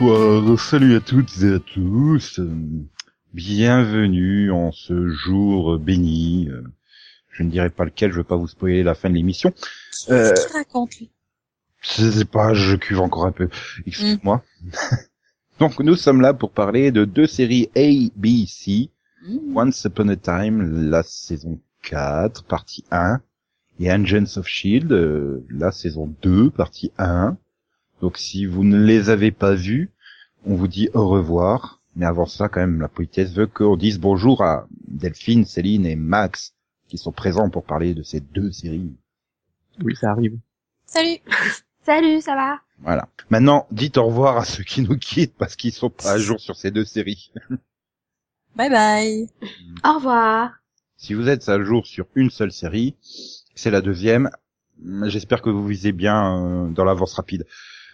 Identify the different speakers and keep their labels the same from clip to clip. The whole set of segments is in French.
Speaker 1: Bonsoir, salut à toutes et à tous. Euh, Bienvenue en ce jour euh, béni. Euh, Je ne dirai pas lequel, je ne veux pas vous spoiler la fin de l'émission. Euh,
Speaker 2: Qu'est-ce qu'il raconte lui
Speaker 1: je sais pas, je cuve encore un peu. Excuse-moi. Donc nous sommes là pour parler de deux séries A, B, C.
Speaker 2: Mm.
Speaker 1: Once Upon a Time, la saison 4, partie 1. Et Agents of Shield, euh, la saison 2, partie 1. Donc si vous ne les avez pas vus, on vous dit au revoir. Mais avant ça, quand même, la politesse veut qu'on dise bonjour à Delphine, Céline et Max, qui sont présents pour parler de ces deux séries.
Speaker 3: Oui, ça arrive.
Speaker 2: Salut
Speaker 4: Salut, ça va
Speaker 1: Voilà. Maintenant, dites au revoir à ceux qui nous quittent parce qu'ils sont pas à jour sur ces deux séries.
Speaker 2: Bye bye
Speaker 4: Au revoir.
Speaker 1: Si vous êtes à jour sur une seule série, c'est la deuxième. J'espère que vous visez bien euh, dans l'avance rapide.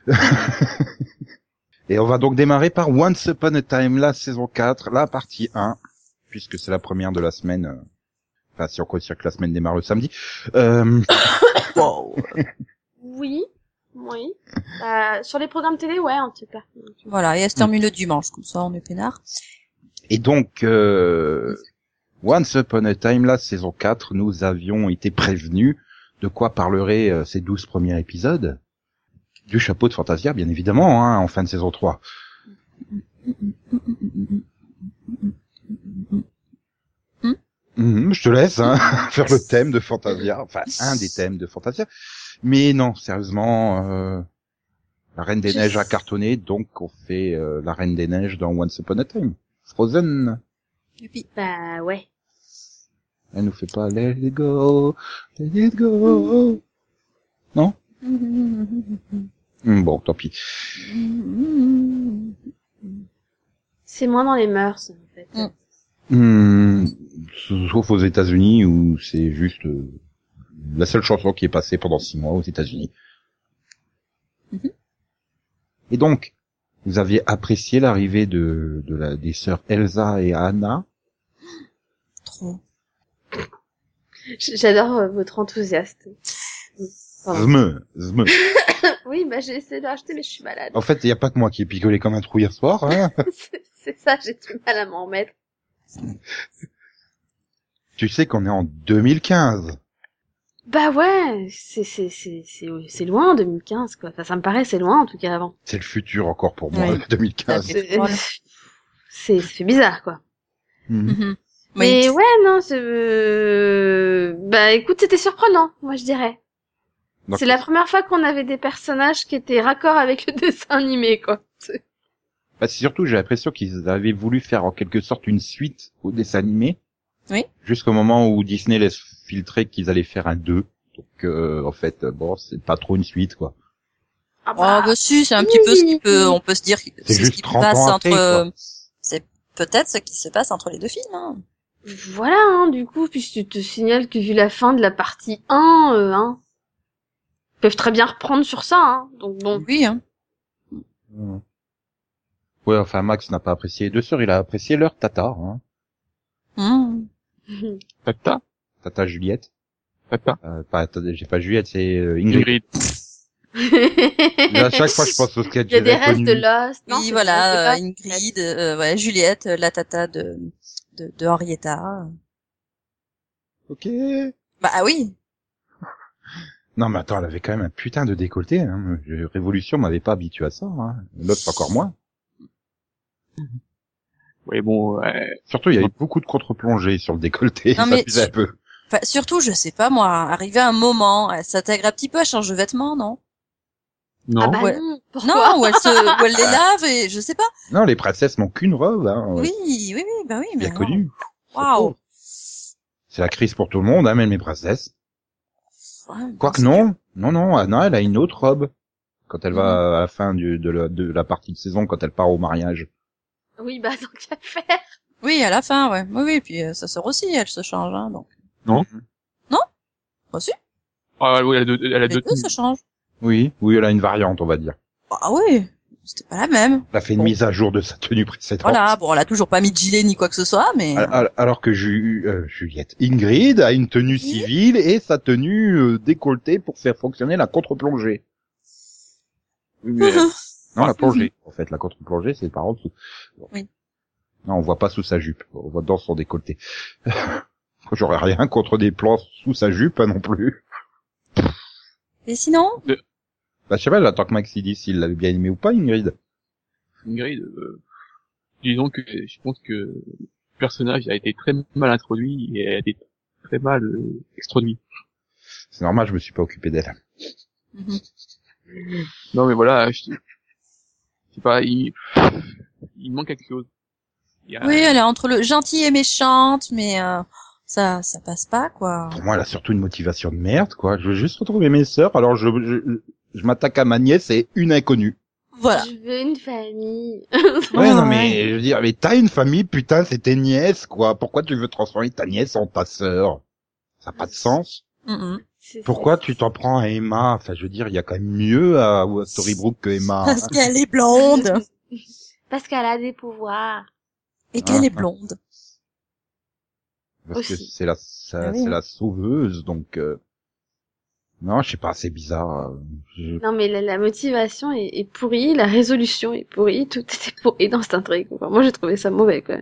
Speaker 1: Et on va donc démarrer par Once Upon a Time, la saison 4, la partie 1, puisque c'est la première de la semaine. euh, Enfin, si on considère que la semaine démarre le samedi. Euh,
Speaker 4: Oui, oui. Euh, sur les programmes télé, ouais, en tout cas.
Speaker 2: Voilà, et elle se termine le dimanche, comme ça on est peinard.
Speaker 1: Et donc, euh, Once Upon a Time, la saison 4, nous avions été prévenus de quoi parleraient euh, ces 12 premiers épisodes. Du chapeau de Fantasia, bien évidemment, hein, en fin de saison 3. Mhm, je te laisse hein, faire le thème de Fantasia, enfin un des thèmes de Fantasia. Mais non, sérieusement, euh, la Reine des
Speaker 2: Je-
Speaker 1: Neiges a cartonné, donc on fait euh, la Reine des Neiges dans Once Upon a Time. Frozen.
Speaker 2: Youpi.
Speaker 4: Bah ouais.
Speaker 1: Elle nous fait pas let it go, let it go. Hum, Bon, tant pis.
Speaker 4: C'est moins dans les mœurs, en fait.
Speaker 2: Mm.
Speaker 1: Hum, sauf aux États-Unis où c'est juste euh, la seule chanson qui est passée pendant six mois aux États-Unis.
Speaker 4: Mm-hmm.
Speaker 2: Mhm.
Speaker 1: Et donc, vous aviez apprécié l'arrivée de, de la, des sœurs Elsa et Anna.
Speaker 2: Trop.
Speaker 4: J- J'adore euh, votre enthousiasme. Pardon.
Speaker 1: Zme, zme.
Speaker 4: oui, bah j'ai essayé de racheter, mais je suis malade.
Speaker 1: En fait, il n'y a pas que moi qui ai picolé comme un trou hier soir. Hein.
Speaker 4: C'est- C'est ça, j'ai du mal à m'en remettre.
Speaker 1: tu sais qu'on est en 2015.
Speaker 4: Bah ouais, c'est c'est c'est c'est c'est loin 2015 quoi. Enfin, ça me paraît c'est loin en tout cas avant.
Speaker 1: C'est le futur encore pour moi,
Speaker 2: Ouais.
Speaker 1: 2015.
Speaker 2: C'est
Speaker 4: C'est
Speaker 2: drôle.
Speaker 4: c'est- ça fait bizarre quoi.
Speaker 1: Mhm.
Speaker 2: Mhm.
Speaker 4: Mmh. Mais
Speaker 2: Mais
Speaker 4: ouais non, c'est euh, bah écoute, c'était surprenant, moi je dirais.
Speaker 1: Donc-
Speaker 4: C'est la première fois qu'on avait des personnages qui étaient raccord avec le dessin animé, quoi. C'est-
Speaker 1: Bah, c'est surtout, j'ai l'impression qu'ils avaient voulu faire en quelque sorte une suite au dessin animé.
Speaker 2: Oui.
Speaker 1: Jusqu'au moment où Disney laisse filtrer qu'ils allaient faire un 2. Donc, euh, en fait, euh, bon, c'est pas trop une suite, quoi.
Speaker 4: Ah
Speaker 2: Oh, bah si, c'est un petit peu ce qui peut, on peut se dire, que
Speaker 1: C'est
Speaker 2: ce
Speaker 1: juste
Speaker 2: qui
Speaker 1: 30
Speaker 2: passe
Speaker 1: ans
Speaker 2: entre,
Speaker 1: après, quoi.
Speaker 2: euh, c'est peut-être ce qui se passe entre les deux films, hein.
Speaker 4: Voilà, hein, du coup, puis je te signale que vu la fin de la partie 1, euh, hein, ils peuvent très bien reprendre sur ça, hein. Donc bon,
Speaker 2: Oui, hein.
Speaker 1: Mm. Ouais, enfin, Max n'a pas apprécié les deux sœurs, il a apprécié leur tata, hein.
Speaker 2: Mhm.
Speaker 3: Tata,
Speaker 1: Tata Juliette.
Speaker 3: tata,
Speaker 1: Euh, pas, attendez, j'ai pas Juliette, c'est euh, Ingrid.
Speaker 3: Ingrid.
Speaker 4: il
Speaker 1: Mais à chaque fois, je pense au sketch
Speaker 4: y a des
Speaker 1: des
Speaker 4: restes de Lost, non
Speaker 2: oui,
Speaker 4: c'est-
Speaker 2: voilà, euh,
Speaker 4: c'est pas-
Speaker 2: Ingrid, euh, ouais, Juliette, euh, la tata de, de, de Henrietta.
Speaker 1: Ok.
Speaker 2: Bah ah oui,
Speaker 1: Non, mais attends, elle avait quand même un putain de décolleté, hein. Je- Révolution m'avait pas habitué à ça, hein. L'autre encore moins.
Speaker 3: Oui, bon, euh,
Speaker 1: Surtout, il y a eu beaucoup de contre-plongées sur le décolleté.
Speaker 2: Non,
Speaker 1: ça
Speaker 2: mais-
Speaker 1: faisait un peu.
Speaker 2: Enfin, surtout, je sais pas moi, arrivé à un moment, elle s'intègre un petit peu, elle change de vêtements, non
Speaker 3: non.
Speaker 4: Ah bah
Speaker 2: Ouais.
Speaker 4: non, pourquoi
Speaker 2: Non, ou elle, se, ou elle les lave et je sais pas.
Speaker 1: Non, les princesses n'ont qu'une robe, hein.
Speaker 2: Oui, oui, oui, bah oui, mais
Speaker 1: bien
Speaker 2: non.
Speaker 1: connu.
Speaker 2: Waouh.
Speaker 1: C'est la crise pour tout le monde, hein, même les princesses.
Speaker 2: Ouais,
Speaker 1: Quoique non, non, non, Anna, elle a une autre robe. Quand elle
Speaker 2: Mhm.
Speaker 1: va à la fin du- de, la, de la partie de saison, quand elle part au mariage.
Speaker 4: Oui, bah tant qu'à faire.
Speaker 2: Oui, à la fin, ouais. Oui, oui, puis euh, sa sœur aussi, elle se change, hein, donc. Bah si,
Speaker 3: Ah oui, elle a deux, elle a
Speaker 2: les
Speaker 3: deux
Speaker 2: deux
Speaker 3: tenues.
Speaker 2: se changent.
Speaker 1: Oui, oui, elle a une variante, on va dire.
Speaker 2: Ah oui, c'était pas la même.
Speaker 1: Elle a fait une
Speaker 2: Bon.
Speaker 1: mise à jour de sa tenue précédente.
Speaker 2: Voilà, bon, elle a toujours pas mis de gilet ni quoi que ce soit, mais...
Speaker 1: Al- al- Alors que Ju- euh, Juliette Ingrid a une tenue civile et sa tenue euh, décolletée pour faire fonctionner la contre-plongée.
Speaker 3: Oui, mais
Speaker 1: Non, la
Speaker 2: Ah,
Speaker 1: plongée. En fait, la contre-plongée, c'est par en dessous. Bon.
Speaker 2: Oui.
Speaker 1: Non, on voit pas sous sa jupe. On voit dans son décolleté. J'aurais rien contre des plans sous sa jupe, hein, non plus.
Speaker 2: Et sinon,
Speaker 1: Bah, je sais pas, j'attends que Maxi dise s'il l'avait bien aimé ou pas, Ingrid.
Speaker 3: Ingrid, euh, disons que je pense que le personnage a été très mal introduit et a été très mal euh, extraduit.
Speaker 1: C'est normal, je me suis pas occupé d'elle.
Speaker 2: mhm.
Speaker 3: Non mais voilà, je je sais pas, il, il manque quelque chose. Il y
Speaker 1: euh,
Speaker 3: a-
Speaker 2: oui, elle est entre le gentil et méchante, mais euh, ça, ça passe pas quoi.
Speaker 1: Pour moi, elle a surtout une motivation de merde, quoi. Je veux juste retrouver mes sœurs, alors je, je, je m'attaque à ma nièce et une inconnue.
Speaker 2: Voilà.
Speaker 4: Je veux une famille.
Speaker 1: Ouais,
Speaker 2: Ouais,
Speaker 1: non,
Speaker 2: ouais.
Speaker 1: mais, je veux dire, mais t'as une famille, putain, c'est tes nièces, quoi. Pourquoi tu veux transformer ta nièce en ta sœur? Ça n'a pas de sens.
Speaker 2: Mhm.
Speaker 4: C'est-
Speaker 1: Pourquoi
Speaker 4: c'est-
Speaker 1: tu t'en prends à Emma Enfin, je veux dire, il y a quand même mieux à à Storybrooke que Emma. hein,
Speaker 2: Parce qu'elle est blonde
Speaker 4: Parce qu'elle a des pouvoirs.
Speaker 2: et qu'elle
Speaker 1: Ah.
Speaker 2: est blonde.
Speaker 1: Parce que
Speaker 4: aussi.
Speaker 1: c'est la, ça-
Speaker 2: Ah oui.
Speaker 1: c'est la sauveuse, donc. euh, Non, je sais pas, c'est bizarre. euh, je-
Speaker 4: Non, mais la, la motivation est, est pourrie, la résolution est pourrie, tout était pourri dans cette intrigue. Enfin, moi, j'ai trouvé ça mauvais, quoi.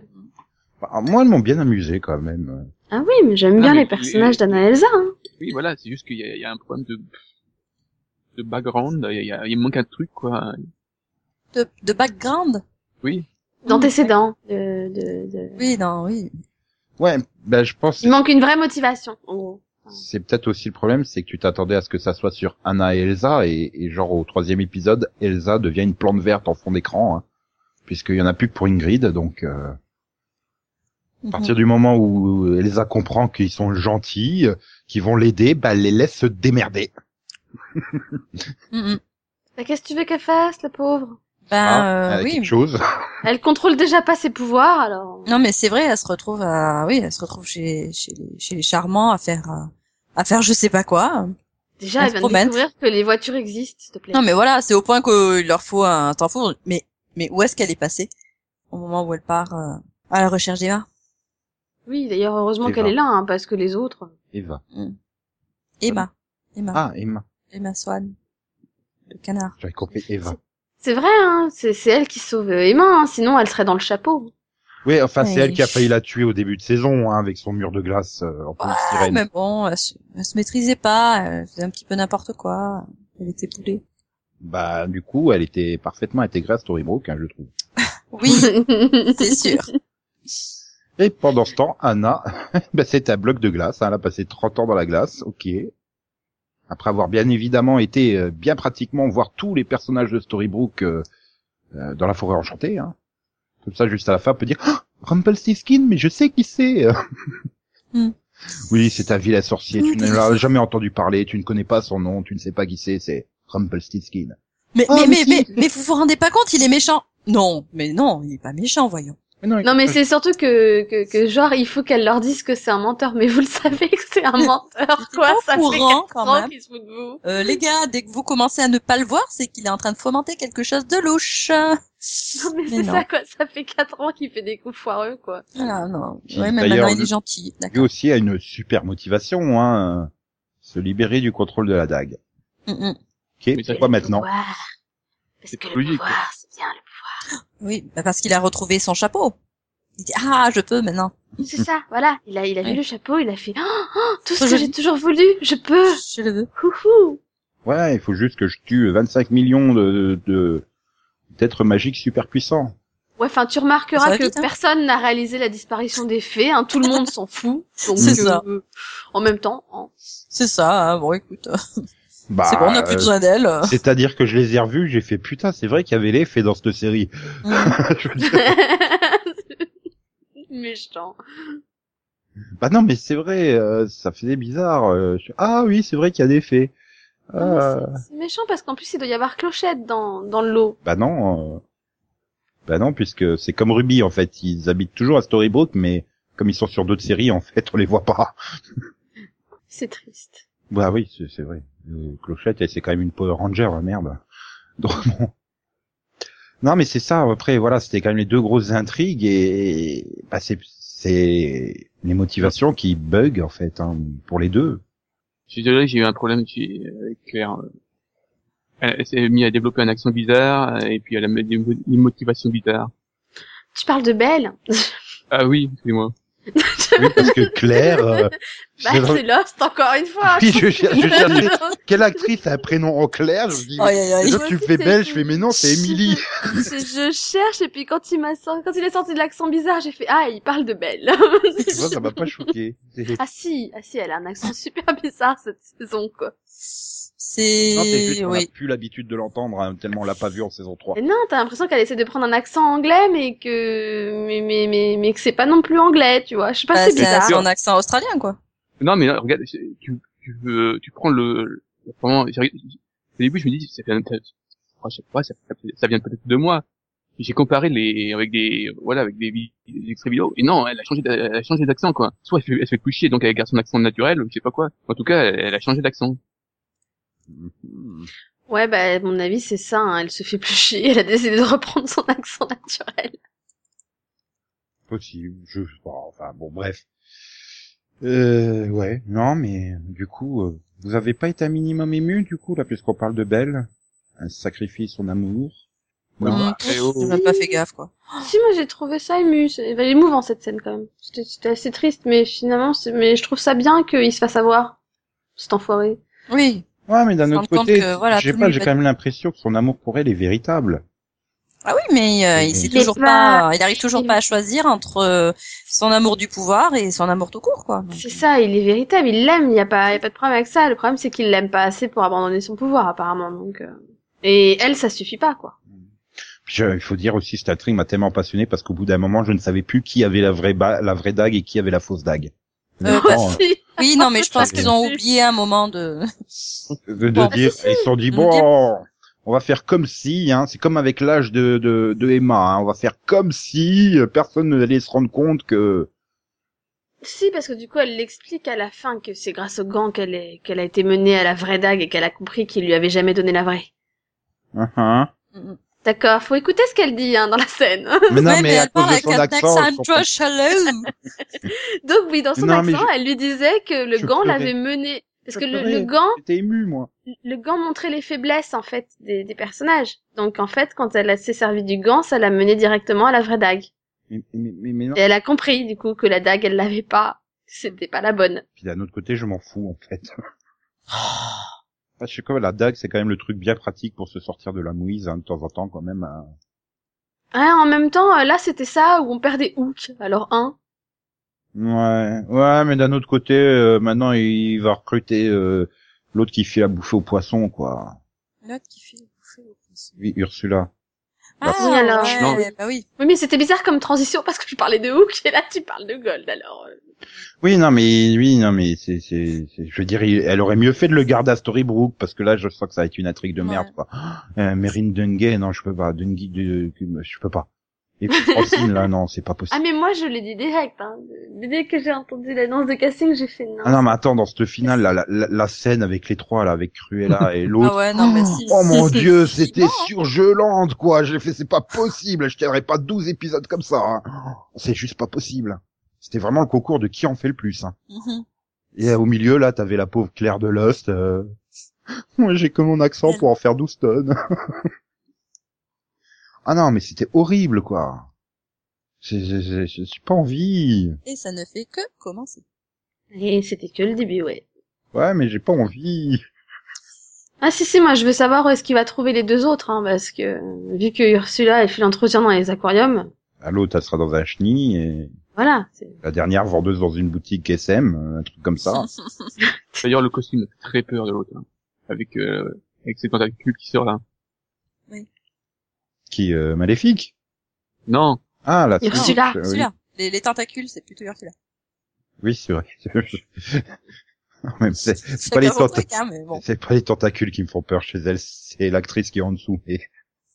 Speaker 1: Bah, moi, elles m'ont bien amusé quand même.
Speaker 4: Ah oui, mais j'aime
Speaker 3: Ah,
Speaker 4: bien
Speaker 3: mais
Speaker 4: les
Speaker 3: tu-
Speaker 4: personnages d'Anna Elsa. Hein.
Speaker 3: Oui, voilà, c'est juste qu'il y, a- il y a un problème de de background, il, y a- il manque un truc quoi.
Speaker 2: De, de background
Speaker 3: Oui,
Speaker 4: D'antécédents. De, de, de-
Speaker 2: Oui, non, oui.
Speaker 1: Ouais, ben je pense.
Speaker 4: Il manque une vraie motivation, en gros.
Speaker 1: C'est peut-être aussi le problème, c'est que tu t'attendais à ce que ça soit sur Anna et Elsa, et, et genre au troisième épisode, Elsa devient une plante verte en fond d'écran, hein, puisqu'il y en a plus que pour Ingrid, donc. euh,
Speaker 2: Mm, Mhm.
Speaker 1: À partir du moment où Elsa comprend qu'ils sont gentils, euh, qu'ils vont l'aider, bah, elle les laisse se démerder.
Speaker 2: Mhm. Mhm.
Speaker 4: Bah, Qu'est-ce que tu veux qu'elle fasse, la pauvre
Speaker 2: Ben
Speaker 1: Ah,
Speaker 2: euh,
Speaker 1: euh,
Speaker 2: oui.
Speaker 1: quelque chose.
Speaker 4: Elle contrôle déjà pas ses pouvoirs, alors...
Speaker 2: Non mais c'est vrai, elle se retrouve à oui, elle se retrouve chez chez les, chez les charmants à faire euh, à faire je sais pas quoi.
Speaker 4: Déjà,
Speaker 2: on
Speaker 4: elle
Speaker 2: se
Speaker 4: vient de
Speaker 2: promène.
Speaker 4: découvrir que les voitures existent, s'il te plaît.
Speaker 2: Non mais voilà, c'est au point qu'il leur faut un temps fou. Mais mais où est-ce qu'elle est passée au moment où elle part euh, à la recherche d'Emma
Speaker 4: Oui, d'ailleurs, heureusement
Speaker 1: Eva.
Speaker 4: qu'elle est là, hein, parce que les autres...
Speaker 1: Eva.
Speaker 2: Emma, Emma,
Speaker 1: Ah, Emma.
Speaker 2: Emma Swan, le canard.
Speaker 1: J'avais compris Eva.
Speaker 4: C'est vrai, hein, c'est c'est elle qui sauve euh, Emma, hein, sinon elle serait dans le chapeau.
Speaker 1: Oui, enfin, c'est
Speaker 2: Ouais.
Speaker 1: elle qui a failli la tuer au début de saison, hein, avec son mur de glace euh, en police
Speaker 2: Ah,
Speaker 1: sirène.
Speaker 2: mais bon, elle se, elle se maîtrisait pas, elle faisait un petit peu n'importe quoi. Elle était poulet.
Speaker 1: Bah, du coup, elle était parfaitement intégrée à Storybrooke, hein, je trouve.
Speaker 2: Oui, c'est sûr.
Speaker 1: Et pendant ce temps, Anna, bah, c'est un bloc de glace. hein, elle a passé 30 ans dans la glace, ok. Après avoir bien évidemment été euh, bien pratiquement voir tous les personnages de Storybrooke euh, euh, dans la forêt enchantée. Hein. Comme ça, juste à la fin, on peut dire oh, Rumpelstiltskin, mais je sais qui c'est.
Speaker 2: Hmm.
Speaker 1: Oui, c'est un vilain sorcier. Tu ne l'as jamais entendu parler. Tu ne connais pas son nom. Tu ne sais pas qui c'est. C'est Rumpelstiltskin.
Speaker 2: Mais
Speaker 1: Oh,
Speaker 2: mais
Speaker 1: mais
Speaker 2: mais,
Speaker 1: si.
Speaker 2: mais mais vous vous rendez pas compte, il est méchant. Non, mais non, il est pas méchant, voyons.
Speaker 4: non mais c'est surtout que, que, que genre il faut qu'elle leur dise que c'est un menteur, mais vous le savez que c'est un menteur quoi,
Speaker 2: au
Speaker 4: ça fait
Speaker 2: courant,
Speaker 4: quatre
Speaker 2: quand
Speaker 4: ans
Speaker 2: même.
Speaker 4: qu'ils se foutent de vous.
Speaker 2: Euh, les gars, dès que vous commencez à ne pas le voir, c'est qu'il est en train de fomenter quelque chose de louche.
Speaker 4: Non mais,
Speaker 2: Mais
Speaker 4: c'est
Speaker 2: non.
Speaker 4: ça quoi, ça fait quatre ans qu'il fait des coups foireux quoi.
Speaker 2: Voilà, Ah, non.
Speaker 1: Qui,
Speaker 2: Ouais, mais
Speaker 1: d'ailleurs,
Speaker 2: maintenant il
Speaker 1: le-
Speaker 2: est gentil.
Speaker 1: Lui
Speaker 2: D'accord.
Speaker 1: aussi a une super motivation, hein, euh, se libérer du contrôle de la dague.
Speaker 2: Mm, mm.
Speaker 1: Ok,
Speaker 3: Mais ça,
Speaker 1: pourquoi maintenant
Speaker 4: Pouvoir. Parce
Speaker 3: C'est
Speaker 4: que le
Speaker 3: logique,
Speaker 4: pouvoir, c'est bien le
Speaker 2: Oui, bah parce qu'il a retrouvé son chapeau. Il dit ah, je peux maintenant.
Speaker 4: pouvoir. C'est ça, voilà, il a, il a
Speaker 2: Ouais.
Speaker 4: vu le chapeau, il a fait oh, oh, tout ce
Speaker 2: Faut
Speaker 4: que
Speaker 2: que
Speaker 4: j'ai
Speaker 2: je-
Speaker 4: toujours voulu, je peux.
Speaker 2: Je le veux.
Speaker 4: Coucou.
Speaker 1: Ouais, il faut juste que je tue 25 millions de de- d'êtres magiques super puissants.
Speaker 4: Ouais, enfin tu
Speaker 2: Ça
Speaker 4: remarqueras
Speaker 2: va
Speaker 4: que
Speaker 2: vite, hein.
Speaker 4: personne n'a réalisé la disparition des fées, hein, tout le monde s'en fout. Donc
Speaker 2: C'est
Speaker 4: euh,
Speaker 2: ça.
Speaker 4: en même temps, hein.
Speaker 2: C'est ça. hein, bon, écoute,
Speaker 1: Bah,
Speaker 2: c'est bon, on n'a plus
Speaker 1: euh,
Speaker 2: besoin d'elle. euh.
Speaker 1: C'est-à-dire que je les ai revus, j'ai fait putain, c'est vrai qu'il y avait les faits dans cette série.
Speaker 2: Mm.
Speaker 1: Je veux dire,
Speaker 4: Méchant.
Speaker 1: bah non, mais c'est vrai, euh, ça faisait bizarre. euh, je- Ah oui, c'est vrai qu'il y a des faits. Ah,
Speaker 4: Non, mais C'est c'est méchant parce qu'en plus il doit y avoir clochette dans, dans le lot.
Speaker 1: bah non, euh, bah non, puisque c'est comme Ruby en fait, ils habitent toujours à Storybrooke, mais comme ils sont sur d'autres séries, en fait, on les voit pas.
Speaker 4: C'est triste.
Speaker 1: Bah oui, c'est c'est vrai. Euh, Clochette, elle c'est quand même une Power Ranger, hein, merde. Donc bon. Non mais c'est ça. Après voilà, c'était quand même les deux grosses intrigues et, et- bah, c'est c'est les motivations qui bug en fait hein, pour les deux.
Speaker 3: je suis désolé, j'ai eu un problème j'ai- avec Claire. euh, elle, elle s'est mise à développer un accent bizarre, euh, et puis elle a mis des mo- une motivation bizarre.
Speaker 4: Tu parles de Belle
Speaker 3: Ah oui, excusez-moi.
Speaker 1: Oui, parce que Claire, euh,
Speaker 4: Bah,
Speaker 1: je-
Speaker 4: c'est Lost, encore une fois
Speaker 1: oui, je cherche, je cherchais quelle actrice a un prénom en Claire, je me
Speaker 4: Oh,
Speaker 1: dis,
Speaker 2: Aïe, aïe, aïe.
Speaker 1: les autres, tu me fais belle, je fais, mais non, c'est Émilie.
Speaker 4: je, je cherche, et puis quand il m'a sorti, quand il a sorti de l'accent bizarre, j'ai fait, ah, il parle de Belle.
Speaker 1: Tu vois, ça m'a pas choqué. C'est-
Speaker 4: ah si, ah si, elle a un accent super bizarre cette saison, quoi.
Speaker 1: Non, c'est juste
Speaker 2: C'est,
Speaker 1: qu'on
Speaker 2: oui.
Speaker 1: a plus l'habitude de l'entendre, hein, tellement on l'a pas vu en saison 3.
Speaker 4: Et non, t'as l'impression qu'elle essaie de prendre un accent anglais, mais que, mais, mais, mais, mais que c'est pas non plus anglais, tu vois. Je sais pas,
Speaker 2: Bah,
Speaker 4: c'est
Speaker 2: c'est un-
Speaker 4: bizarre.
Speaker 2: c'est un accent australien, quoi.
Speaker 3: Non, mais là, regarde, c'est- tu, tu, euh, tu prends le, le- vraiment, j'ai- au début, je me dis, ça vient, peut-être- oh, je sais pas, ça, ça- ça vient peut-être de moi. J'ai comparé les, avec des, voilà, avec des, vi- des extraits vidéo. Et non, elle a changé, d'a- elle a changé d'accent, quoi. Soit elle, fait- elle se fait plus chier, donc elle garde son accent naturel, ou je sais pas quoi. En tout cas, elle, elle a changé d'accent.
Speaker 1: Mhm.
Speaker 4: Ouais, bah, à mon avis, c'est ça, hein. Elle se fait plus chier, elle a décidé de reprendre son accent naturel.
Speaker 1: Possible, je sais pas, enfin bon, bref. Euh, ouais, non, mais du coup, euh, vous avez pas été un minimum ému, du coup, là, puisqu'on parle de Belle Un sacrifice, son amour
Speaker 3: Ouais,
Speaker 1: Non.
Speaker 3: bah, eh oh.
Speaker 2: J'ai même Mm. pas fait gaffe, quoi.
Speaker 4: Si, moi j'ai trouvé ça ému, c'est enfin, émouvant cette scène quand même. C'était c'était assez triste, mais finalement, c'est- mais je trouve ça bien qu'il se fasse avoir, cet enfoiré.
Speaker 2: Oui.
Speaker 1: Ouais, mais d'un
Speaker 2: Se
Speaker 1: autre
Speaker 2: rendre compte
Speaker 1: côté,
Speaker 2: que, voilà,
Speaker 1: j'ai
Speaker 2: tout
Speaker 1: pas,
Speaker 2: lui
Speaker 1: j'ai
Speaker 2: va-
Speaker 1: quand même l'impression que son amour pour elle est véritable.
Speaker 2: Ah oui, mais euh, il sait
Speaker 4: Mais
Speaker 2: toujours
Speaker 4: bah,
Speaker 2: pas, il arrive toujours
Speaker 4: il-
Speaker 2: pas à choisir entre euh, son amour du pouvoir et son amour tout court, quoi. Donc,
Speaker 4: C'est ça, il est véritable, il l'aime, il n'y a, pas y a pas de problème avec ça. Le problème, c'est qu'il l'aime pas assez pour abandonner son pouvoir, apparemment. Donc, euh, Et elle, ça suffit pas, quoi.
Speaker 1: Puis, je- il faut dire aussi, cette intrigue m'a tellement passionné parce qu'au bout d'un moment, je ne savais plus qui avait la vraie, ba- la vraie dague et qui avait la fausse dague.
Speaker 2: Euh,
Speaker 1: Honnêtement, euh,
Speaker 4: Aussi.
Speaker 2: Oui, non, mais je pense
Speaker 1: Ça,
Speaker 2: qu'ils
Speaker 1: c'est-
Speaker 2: ont oublié un moment de.
Speaker 1: de, de
Speaker 2: Bon,
Speaker 1: dire,
Speaker 4: si,
Speaker 1: ils se sont dit
Speaker 2: de
Speaker 1: bon, on va faire comme si, hein, c'est comme avec l'âge de, de, de Emma, hein, on va faire comme si euh, personne ne allait se rendre compte que
Speaker 4: Si, parce que du coup, elle l'explique à la fin que c'est grâce au gant qu'elle est... qu'elle a été menée à la vraie dague et qu'elle a compris qu'il lui avait jamais donné la vraie.
Speaker 1: Hein, hein.
Speaker 2: Mm.
Speaker 4: D'accord, faut écouter ce qu'elle dit hein, dans la scène.
Speaker 1: mais non
Speaker 2: Ouais,
Speaker 1: mais à
Speaker 2: elle parle
Speaker 1: cause de
Speaker 2: avec
Speaker 1: son
Speaker 2: un
Speaker 1: accent, je
Speaker 2: accent
Speaker 1: comprends-
Speaker 2: très chaleux.
Speaker 4: Donc oui, dans son
Speaker 1: Non, mais
Speaker 4: accent, elle lui disait que le
Speaker 1: je
Speaker 4: gant
Speaker 1: pleurais.
Speaker 4: l'avait menée. Parce
Speaker 1: Je
Speaker 4: que le,
Speaker 1: pleurais.
Speaker 4: le gant,
Speaker 1: j'étais ému moi.
Speaker 4: le gant montrait les faiblesses en fait des, des personnages. Donc en fait, quand elle a- s'est servie du gant, ça l'a menée directement à la vraie dague.
Speaker 1: Mais, mais, mais, mais non.
Speaker 4: Et elle a compris du coup que la dague, elle l'avait pas. C'était pas la bonne.
Speaker 1: Puis d'un autre côté, je m'en fous en fait. Ah, je sais quoi, la dague, c'est quand même le truc bien pratique pour se sortir de la mouise hein, de temps en temps quand même. hein.
Speaker 4: Ah, en même temps, euh, là c'était ça où on perdait Hook. Alors un.
Speaker 1: Ouais, ouais, mais d'un autre côté, euh, maintenant il va recruter euh, l'autre qui fait la bouffée au poisson, quoi.
Speaker 2: L'autre qui fait bouffer au poisson.
Speaker 1: Oui, Ursula.
Speaker 2: Ah,
Speaker 4: Oui, alors.
Speaker 3: Non.
Speaker 2: ouais, bah oui.
Speaker 4: Oui mais c'était bizarre comme transition parce que je parlais de Hook et là tu parles de Gold alors. euh.
Speaker 1: Oui, non, mais oui, non, mais c'est, c'est, c'est- je veux dire, il- elle aurait mieux fait de le garder à Storybrooke parce que là, je sens que ça va être une intrigue de merde,
Speaker 2: Ouais.
Speaker 1: quoi. Euh, Meryn Dungay, non, je peux pas. Dungay, de- je peux pas. Et puis Francine, là, non, c'est pas
Speaker 4: Ah
Speaker 1: possible.
Speaker 4: mais moi je l'ai dit direct. Hein. Dès que j'ai entendu l'annonce de casting, j'ai fait non.
Speaker 1: Ah non, mais attends, dans cette finale, là, la, la, la scène avec les trois, là, avec Cruella et l'autre.
Speaker 2: Ah ouais, non, mais si.
Speaker 1: Oh mon dieu,
Speaker 2: si,
Speaker 1: c'était
Speaker 2: bon.
Speaker 1: surgelante, quoi. J'ai fait, c'est pas possible. Je tiendrai pas 12 épisodes comme ça. hein. C'est juste pas possible. C'était vraiment le concours de qui en fait le plus. hein.
Speaker 2: Mhm.
Speaker 1: Et euh, au milieu, là, t'avais la pauvre Claire de Lost. euh, Moi, j'ai que mon accent pour en faire 12 tonnes. ah non, mais c'était horrible, quoi. J'ai- j'ai- j'ai- Je suis pas envie.
Speaker 2: Et ça ne fait que commencer.
Speaker 4: Et c'était que le début, ouais.
Speaker 1: Ouais, mais j'ai pas envie.
Speaker 4: Ah si si, moi je veux savoir où est-ce qu'il va trouver les deux autres, hein, parce que euh, vu que Ursula elle fait l'entretien dans les aquariums,
Speaker 1: Ah, L'autre, elle sera dans un chenil et
Speaker 4: voilà. c'est-
Speaker 1: la dernière vendeuse dans une boutique SM, un truc comme ça. Ah
Speaker 3: D'ailleurs, le costume, très peur de l'autre, hein. Avec, euh, avec ses tentacules qui hein. sort là.
Speaker 1: qui est euh, maléfique.
Speaker 3: Non!
Speaker 1: Ah, la
Speaker 4: Ursula,
Speaker 1: Switch, euh,
Speaker 2: Celui-là. Les, les tentacules, c'est plutôt Ursula.
Speaker 1: Oui, oui, c'est vrai. Non, mais c'est c'est
Speaker 2: Chacun
Speaker 1: pas les
Speaker 2: son
Speaker 1: tentacules.
Speaker 2: truc, hein, mais bon.
Speaker 1: C'est pas les tentacules qui me font peur chez elle, c'est l'actrice qui est en dessous. Et...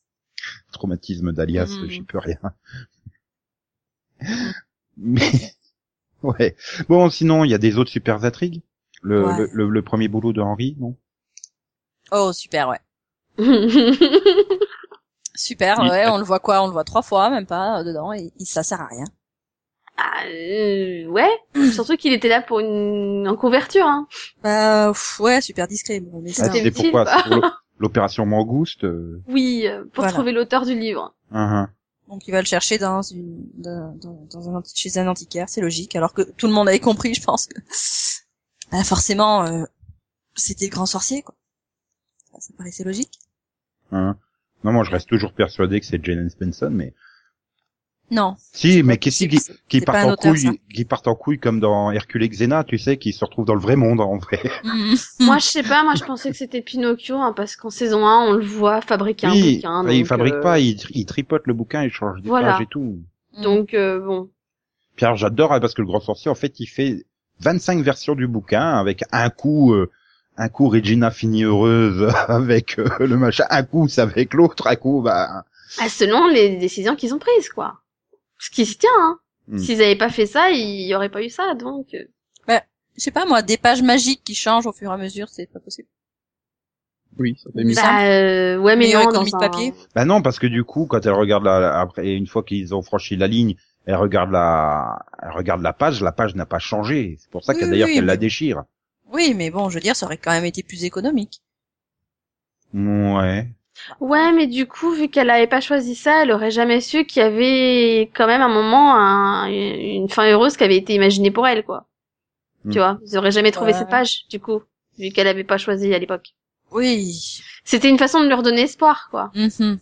Speaker 1: Traumatisme d'alias,
Speaker 2: Mhm.
Speaker 1: j'y peux rien. Mais ouais. Bon, sinon il y a des autres super intrigues. Le,
Speaker 2: Ouais.
Speaker 1: le, le- le premier boulot de Henri, non
Speaker 2: Oh, super, ouais. Super, ouais, on le voit quoi On le voit trois fois, même pas, euh, dedans, et, et ça sert à rien.
Speaker 4: ah, euh, ouais. Surtout qu'il était là pour une en couverture. Hein.
Speaker 2: Bah, pff, ouais, super discret. Bon, mais ça,
Speaker 1: Ah,
Speaker 4: C'était
Speaker 1: c'est
Speaker 4: utile,
Speaker 1: pourquoi
Speaker 4: pas
Speaker 1: c'est pour, le- l'opération Mangouste. euh,
Speaker 4: Oui, euh, pour
Speaker 2: Voilà.
Speaker 4: trouver l'auteur du livre.
Speaker 1: hein, hein.
Speaker 2: Donc il va le chercher dans une dans, dans- dans un anti- chez un antiquaire, c'est logique. Alors que tout le monde avait compris, je pense. Que... Bah, forcément, euh, c'était le grand sorcier, quoi. Ça, ça paraissait logique.
Speaker 1: hein. Non, moi je reste toujours persuadé que c'est Jalen Spencer, mais
Speaker 2: Non.
Speaker 1: si, mais qu'est-ce qui
Speaker 2: C'est-
Speaker 1: qui
Speaker 2: c'est pas
Speaker 1: partent
Speaker 2: un
Speaker 1: en
Speaker 2: auteur,
Speaker 1: couille, qui partent en couille comme dans Hercule et Xena, tu sais, qui se retrouvent dans le vrai monde en vrai.
Speaker 2: ça. Mm.
Speaker 4: Moi, je sais pas, moi, je pensais que c'était Pinocchio, hein, parce qu'en saison 1, on le voit fabriquer un
Speaker 1: oui, bah,
Speaker 4: bouquin.
Speaker 1: il
Speaker 4: donc,
Speaker 1: fabrique
Speaker 4: euh,
Speaker 1: pas, il, il tripote le bouquin, il change des
Speaker 4: Voilà.
Speaker 1: pages et tout.
Speaker 2: mm.
Speaker 4: Donc, euh, bon.
Speaker 1: Pierre, j'adore hein, parce que le grand sorcier, en fait, il fait 25 versions du bouquin avec un coup, euh, un coup Regina finit heureuse avec euh, le machin, un coup c'est avec l'autre, un coup bah.
Speaker 4: Ah, selon les décisions qu'ils ont prises, quoi. Ce qui se tient, hein.
Speaker 1: Hmm.
Speaker 4: S'ils avaient pas fait ça, il y aurait pas eu ça, donc. euh,
Speaker 2: Je sais pas moi, des pages magiques qui changent au fur et à mesure, c'est pas possible.
Speaker 3: Oui, ça t'a
Speaker 2: Il me
Speaker 3: mis.
Speaker 2: semble.
Speaker 4: Bah, euh, ouais, mais
Speaker 2: Meilleure
Speaker 4: non,
Speaker 2: économie
Speaker 4: dans
Speaker 2: de
Speaker 4: un-
Speaker 2: papier.
Speaker 1: Bah non, parce que du coup, quand elle regarde la, après, une fois qu'ils ont franchi la ligne, elle regarde la, elle regarde la page, la page n'a pas changé. C'est pour ça que
Speaker 2: Oui,
Speaker 1: d'ailleurs
Speaker 2: oui,
Speaker 1: qu'elle la
Speaker 2: mais-
Speaker 1: déchire.
Speaker 2: Oui, mais bon, je veux dire, ça aurait quand même été plus économique.
Speaker 1: Ouais.
Speaker 4: Ouais, mais du coup, vu qu'elle avait pas choisi ça, elle aurait jamais su qu'il y avait quand même un moment, un- une fin heureuse qui avait été imaginée pour elle, quoi.
Speaker 1: Hmm.
Speaker 4: Tu vois, ils auraient jamais trouvé
Speaker 2: Ouais.
Speaker 4: cette page, du coup, vu qu'elle avait pas choisi à l'époque.
Speaker 2: Oui.
Speaker 4: C'était une façon de leur donner espoir, quoi.
Speaker 2: Mhm.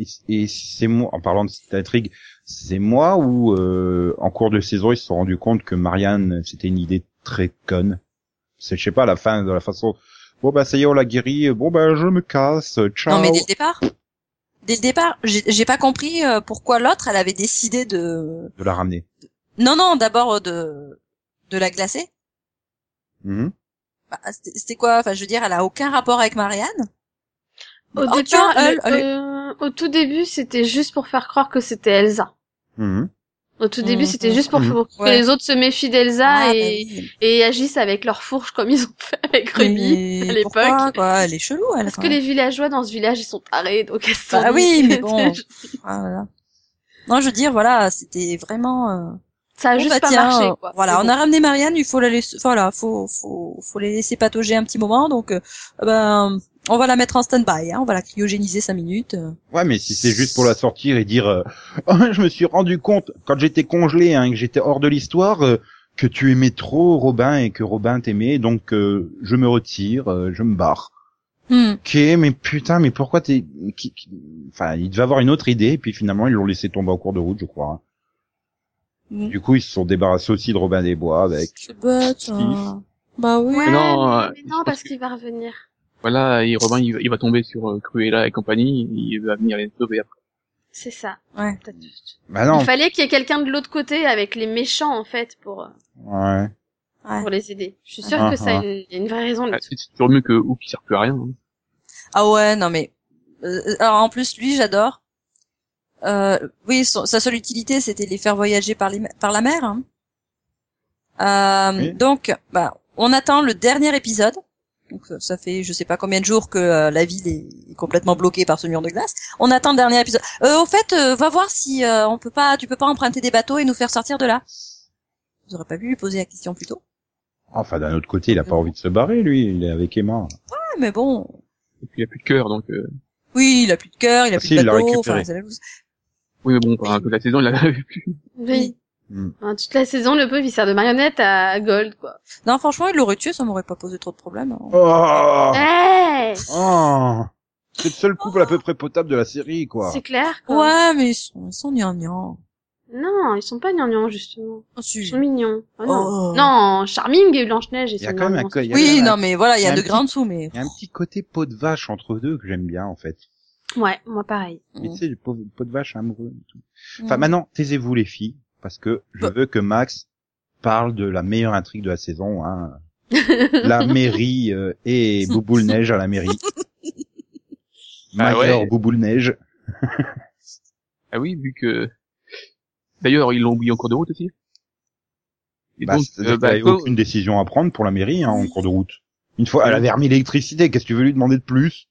Speaker 1: Et, et c'est moi, en parlant de cette intrigue, c'est moi où, euh, en cours de saison, ils se sont rendus compte que Marianne, c'était une idée très conne. C'est, je sais pas, la fin de la façon, bon bah ça y est, on l'a guéri, bon bah je me casse, ciao.
Speaker 2: Non mais dès le départ. Dès le départ, j'ai j'ai pas compris euh, pourquoi l'autre, elle avait décidé de.
Speaker 1: De la ramener.
Speaker 2: Non non, d'abord euh, de de la glacer.
Speaker 1: Mhm.
Speaker 2: Bah, c'était c'était quoi Enfin, je veux dire, elle a aucun rapport avec Marianne.
Speaker 4: Au
Speaker 2: Oh,
Speaker 4: départ,
Speaker 2: tiens, elle-
Speaker 4: le- euh, au tout début, c'était juste pour faire croire que c'était Elsa.
Speaker 1: Mhm.
Speaker 4: Au tout début,
Speaker 2: Mhm.
Speaker 4: c'était juste pour
Speaker 1: Mhm.
Speaker 4: pour que
Speaker 2: Ouais.
Speaker 4: les autres se méfient d'Elsa
Speaker 2: Ah, bah
Speaker 4: et,
Speaker 2: oui.
Speaker 4: et agissent avec leur fourche comme ils ont fait avec Ruby.
Speaker 2: Mais
Speaker 4: à l'époque.
Speaker 2: pourquoi, quoi Elle est chelou, elle.
Speaker 4: Parce
Speaker 2: quand
Speaker 4: que
Speaker 2: même.
Speaker 4: les villageois dans ce village, ils sont tarés, donc elles sont...
Speaker 2: Bah oui, mais bon. Ah, voilà. Non, je veux dire, voilà, c'était vraiment. euh,
Speaker 4: Ça a
Speaker 2: bon,
Speaker 4: juste
Speaker 2: bah,
Speaker 4: pas
Speaker 2: tiens,
Speaker 4: marché,
Speaker 2: euh,
Speaker 4: quoi.
Speaker 2: Voilà,
Speaker 4: Mais
Speaker 2: on
Speaker 4: bon.
Speaker 2: a ramené Marianne, il faut la laisser, voilà, faut, faut, faut les laisser patauger un petit moment, donc, euh, ben, on va la mettre en stand-by, hein, on va la cryogéniser cinq minutes. euh.
Speaker 1: Ouais, mais si c'est juste pour la sortir et dire, euh, Oh, je me suis rendu compte quand j'étais congelé, hein, et que j'étais hors de l'histoire, euh, que tu aimais trop Robin et que Robin t'aimait, donc euh, je me retire, euh, je me barre.
Speaker 2: Hmm.
Speaker 1: Ok, mais putain, mais pourquoi t'es... qui- qui- Enfin, il devait avoir une autre idée, et puis finalement, ils l'ont laissé tomber en cours de route, je crois. hein.
Speaker 2: Mm.
Speaker 1: Du coup, ils se sont débarrassés aussi de Robin des Bois avec...
Speaker 2: C'est bête. hein. Bah oui.
Speaker 4: Ouais,
Speaker 3: Mais non,
Speaker 4: mais-
Speaker 3: euh,
Speaker 4: mais
Speaker 3: je
Speaker 4: non,
Speaker 3: pense
Speaker 4: parce
Speaker 3: que-
Speaker 4: qu'il va revenir.
Speaker 3: Voilà, et Robin, il, va- il va tomber sur euh, Cruella et compagnie, il va venir les sauver après.
Speaker 4: C'est ça.
Speaker 2: Ouais.
Speaker 4: Peut-être.
Speaker 1: Bah non,
Speaker 4: Il fallait qu'il y ait quelqu'un de l'autre côté avec les méchants, en fait, pour, euh,
Speaker 1: ouais.
Speaker 2: Ouais.
Speaker 4: pour les aider. Je suis sûre
Speaker 1: Ah,
Speaker 4: que ça,
Speaker 1: ah.
Speaker 4: il y a une vraie raison
Speaker 3: Ah,
Speaker 4: là
Speaker 3: C'est c'est toujours mieux que Hook qui sert plus à rien. hein.
Speaker 2: Ah ouais, non mais euh, alors en plus lui j'adore. Euh, oui, son- sa seule utilité c'était de les faire voyager par, les, par la mer. hein. Euh,
Speaker 1: Oui.
Speaker 2: Donc, bah, on attend le dernier épisode. Donc ça- ça fait je sais pas combien de jours que euh, la ville est, est complètement bloquée par ce mur de glace. On attend le dernier épisode. Euh, au fait, euh, va voir si euh, on peut pas, tu peux pas emprunter des bateaux et nous faire sortir de là. Vous aurez pas pu lui poser la question plus tôt.
Speaker 1: Enfin, d'un autre côté, il a pas envie de se barrer, lui, il est avec Emma.
Speaker 2: Ouais, Ah, mais bon,
Speaker 3: Et puis il a plus de cœur, donc... euh,
Speaker 2: oui, il a plus de cœur, il a
Speaker 1: Ah
Speaker 2: plus
Speaker 1: si,
Speaker 2: de
Speaker 1: il l'a
Speaker 2: bateau.
Speaker 1: récupéré.
Speaker 2: Enfin, c'est la loose.
Speaker 3: Oui, mais bon, enfin, un peu la saison, il l'avait plus.
Speaker 1: Ah,
Speaker 4: Oui.
Speaker 1: Hmm.
Speaker 4: Hein, toute la saison, le pauvre, il sert de marionnette à Gold, quoi.
Speaker 2: Non, franchement, il l'aurait tué, ça m'aurait pas posé trop de problèmes. hein.
Speaker 1: Oh,
Speaker 4: Eh. Hey
Speaker 1: oh C'est le seul couple à peu près potable de la série, quoi.
Speaker 4: C'est clair, quoi.
Speaker 2: Ouais, mais ils sont, ils sont gnangnans.
Speaker 4: Non, ils sont pas gnangnans, justement.
Speaker 2: Oh,
Speaker 4: Ils
Speaker 2: si.
Speaker 4: sont mignons. Ah, non.
Speaker 2: Oh.
Speaker 4: non, Charming et Blanche-Neige, ils
Speaker 1: Il y
Speaker 4: sont
Speaker 1: a quand même
Speaker 4: mignons.
Speaker 1: un, co- il y a
Speaker 2: Oui,
Speaker 1: quand même un-
Speaker 2: non, mais voilà, il y
Speaker 1: il y
Speaker 2: a
Speaker 1: a
Speaker 2: de
Speaker 1: un
Speaker 2: grands dessous, mais.
Speaker 1: il y a un petit côté peau de vache entre deux que j'aime bien, en fait.
Speaker 4: Ouais, moi pareil.
Speaker 1: Mais tu sais, le peau, peau de vache amoureux. et tout.
Speaker 2: Mm.
Speaker 1: Enfin, maintenant, taisez-vous les filles, parce que je
Speaker 2: Bah.
Speaker 1: veux que Max parle de la meilleure intrigue de la saison, hein. la mairie euh, et Bouboule Neige à la mairie.
Speaker 3: Ah
Speaker 1: Major
Speaker 3: ouais.
Speaker 1: Bouboule Neige.
Speaker 3: Ah oui, vu que... D'ailleurs, ils l'ont oublié en cours de route aussi. Et
Speaker 1: Bah,
Speaker 3: donc,
Speaker 1: c'est-à-dire
Speaker 3: euh, bah,
Speaker 1: qu'il y avait
Speaker 3: quand-
Speaker 1: aucune décision à prendre pour la mairie hein, en cours de route. Une fois, elle avait remis l'électricité. Qu'est-ce que tu veux lui demander de plus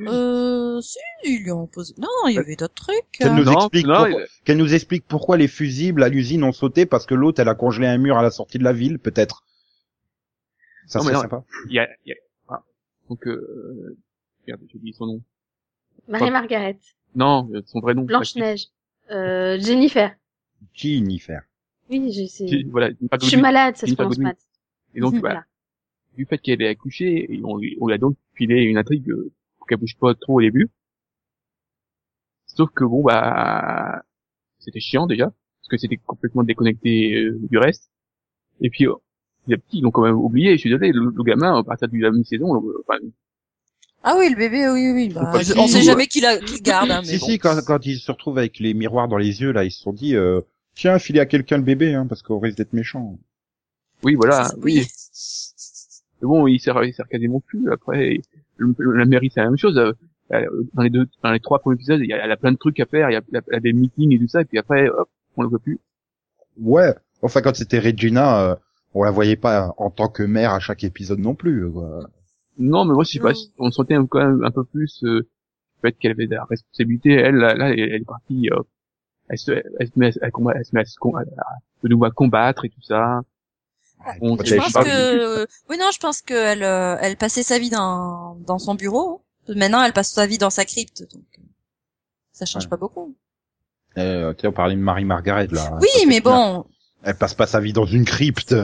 Speaker 2: Euh, si, ils lui ont posé. Non, non, il y
Speaker 1: Euh,
Speaker 2: avait d'autres trucs.
Speaker 1: Qu'elle
Speaker 2: hein.
Speaker 1: nous
Speaker 3: Non,
Speaker 1: explique
Speaker 3: non,
Speaker 1: pourquoi- qu'elle nous explique pourquoi les fusibles à l'usine ont sauté parce que l'autre elle a congelé un mur à la sortie de la ville, peut-être. Ça
Speaker 3: Non, mais
Speaker 1: serait
Speaker 3: non.
Speaker 1: sympa.
Speaker 3: il y a, il y a- ah. donc euh, Merde, j'ai oublié son nom.
Speaker 4: Marie-Margaret,
Speaker 3: Non, euh, son vrai nom.
Speaker 4: Blanche-Neige, euh, Jennifer.
Speaker 1: Jennifer.
Speaker 4: Oui, je sais.
Speaker 3: Qui- Voilà, Jennifer
Speaker 4: Je suis
Speaker 3: Goodwin.
Speaker 4: malade, ça se
Speaker 3: Jennifer
Speaker 4: prononce
Speaker 3: Goodwin.
Speaker 4: mal.
Speaker 3: Et donc, bah, voilà.
Speaker 4: Voilà.
Speaker 3: du fait qu'elle est accouchée, et on, lui- on lui a donc filé une intrigue euh, pour qu'elle bouge pas trop au début. Sauf que bon bah c'était chiant déjà, parce que c'était complètement déconnecté euh, du reste. Et puis euh, petit à petit, ils l'ont quand même oublié, je suis désolé, le, le gamin, à partir de la mi-saison, on le- euh, enfin,
Speaker 2: Ah oui, le bébé, oui, oui. Bah,
Speaker 3: Pas
Speaker 2: je-
Speaker 3: du
Speaker 2: on
Speaker 3: tout,
Speaker 2: sait
Speaker 3: ouais.
Speaker 2: jamais qui, la, qui le garde. Hein, mais
Speaker 1: Si,
Speaker 2: bon.
Speaker 1: si, quand, quand ils se retrouvent avec les miroirs dans les yeux, là, ils se sont dit, euh, tiens, filez à quelqu'un le bébé, hein, parce qu'on risque d'être méchant.
Speaker 3: oui voilà, oui.
Speaker 2: Oui.
Speaker 3: Mais bon, il sert, il sert quasiment plus. Après, le- le- la mairie, c'est la même chose. Euh, euh, Dans les deux, dans les trois premiers épisodes, il y a, elle a plein de trucs à faire. Il y a, il y a des meetings et tout ça. Et puis après, hop, on le voit plus.
Speaker 1: Ouais. Enfin, quand c'était Regina, euh, on la voyait pas en tant que mère à chaque épisode non plus. quoi.
Speaker 3: Non, mais moi, je sais pas.
Speaker 4: Non.
Speaker 3: On sentait quand même un peu plus euh, le fait qu'elle avait de la responsabilité. Elle, là, là, elle, elle est partie. euh, elle se, elle se met, à- elle, combat- elle se met à, se com- à- à- de nouveau à combattre et tout ça. On
Speaker 2: Ah, Je
Speaker 1: protège
Speaker 2: pense
Speaker 1: pas.
Speaker 2: que oui non, je pense que elle, euh, elle passait sa vie dans dans son bureau. Maintenant, elle passe sa vie dans sa crypte, donc euh, ça change
Speaker 1: Ouais.
Speaker 2: pas beaucoup.
Speaker 1: Euh, tiens, on parlait de Marie-Margaret, là.
Speaker 2: Oui,
Speaker 1: Ça, c'est
Speaker 2: mais
Speaker 1: clair.
Speaker 2: bon,
Speaker 1: Elle passe pas sa vie dans une crypte.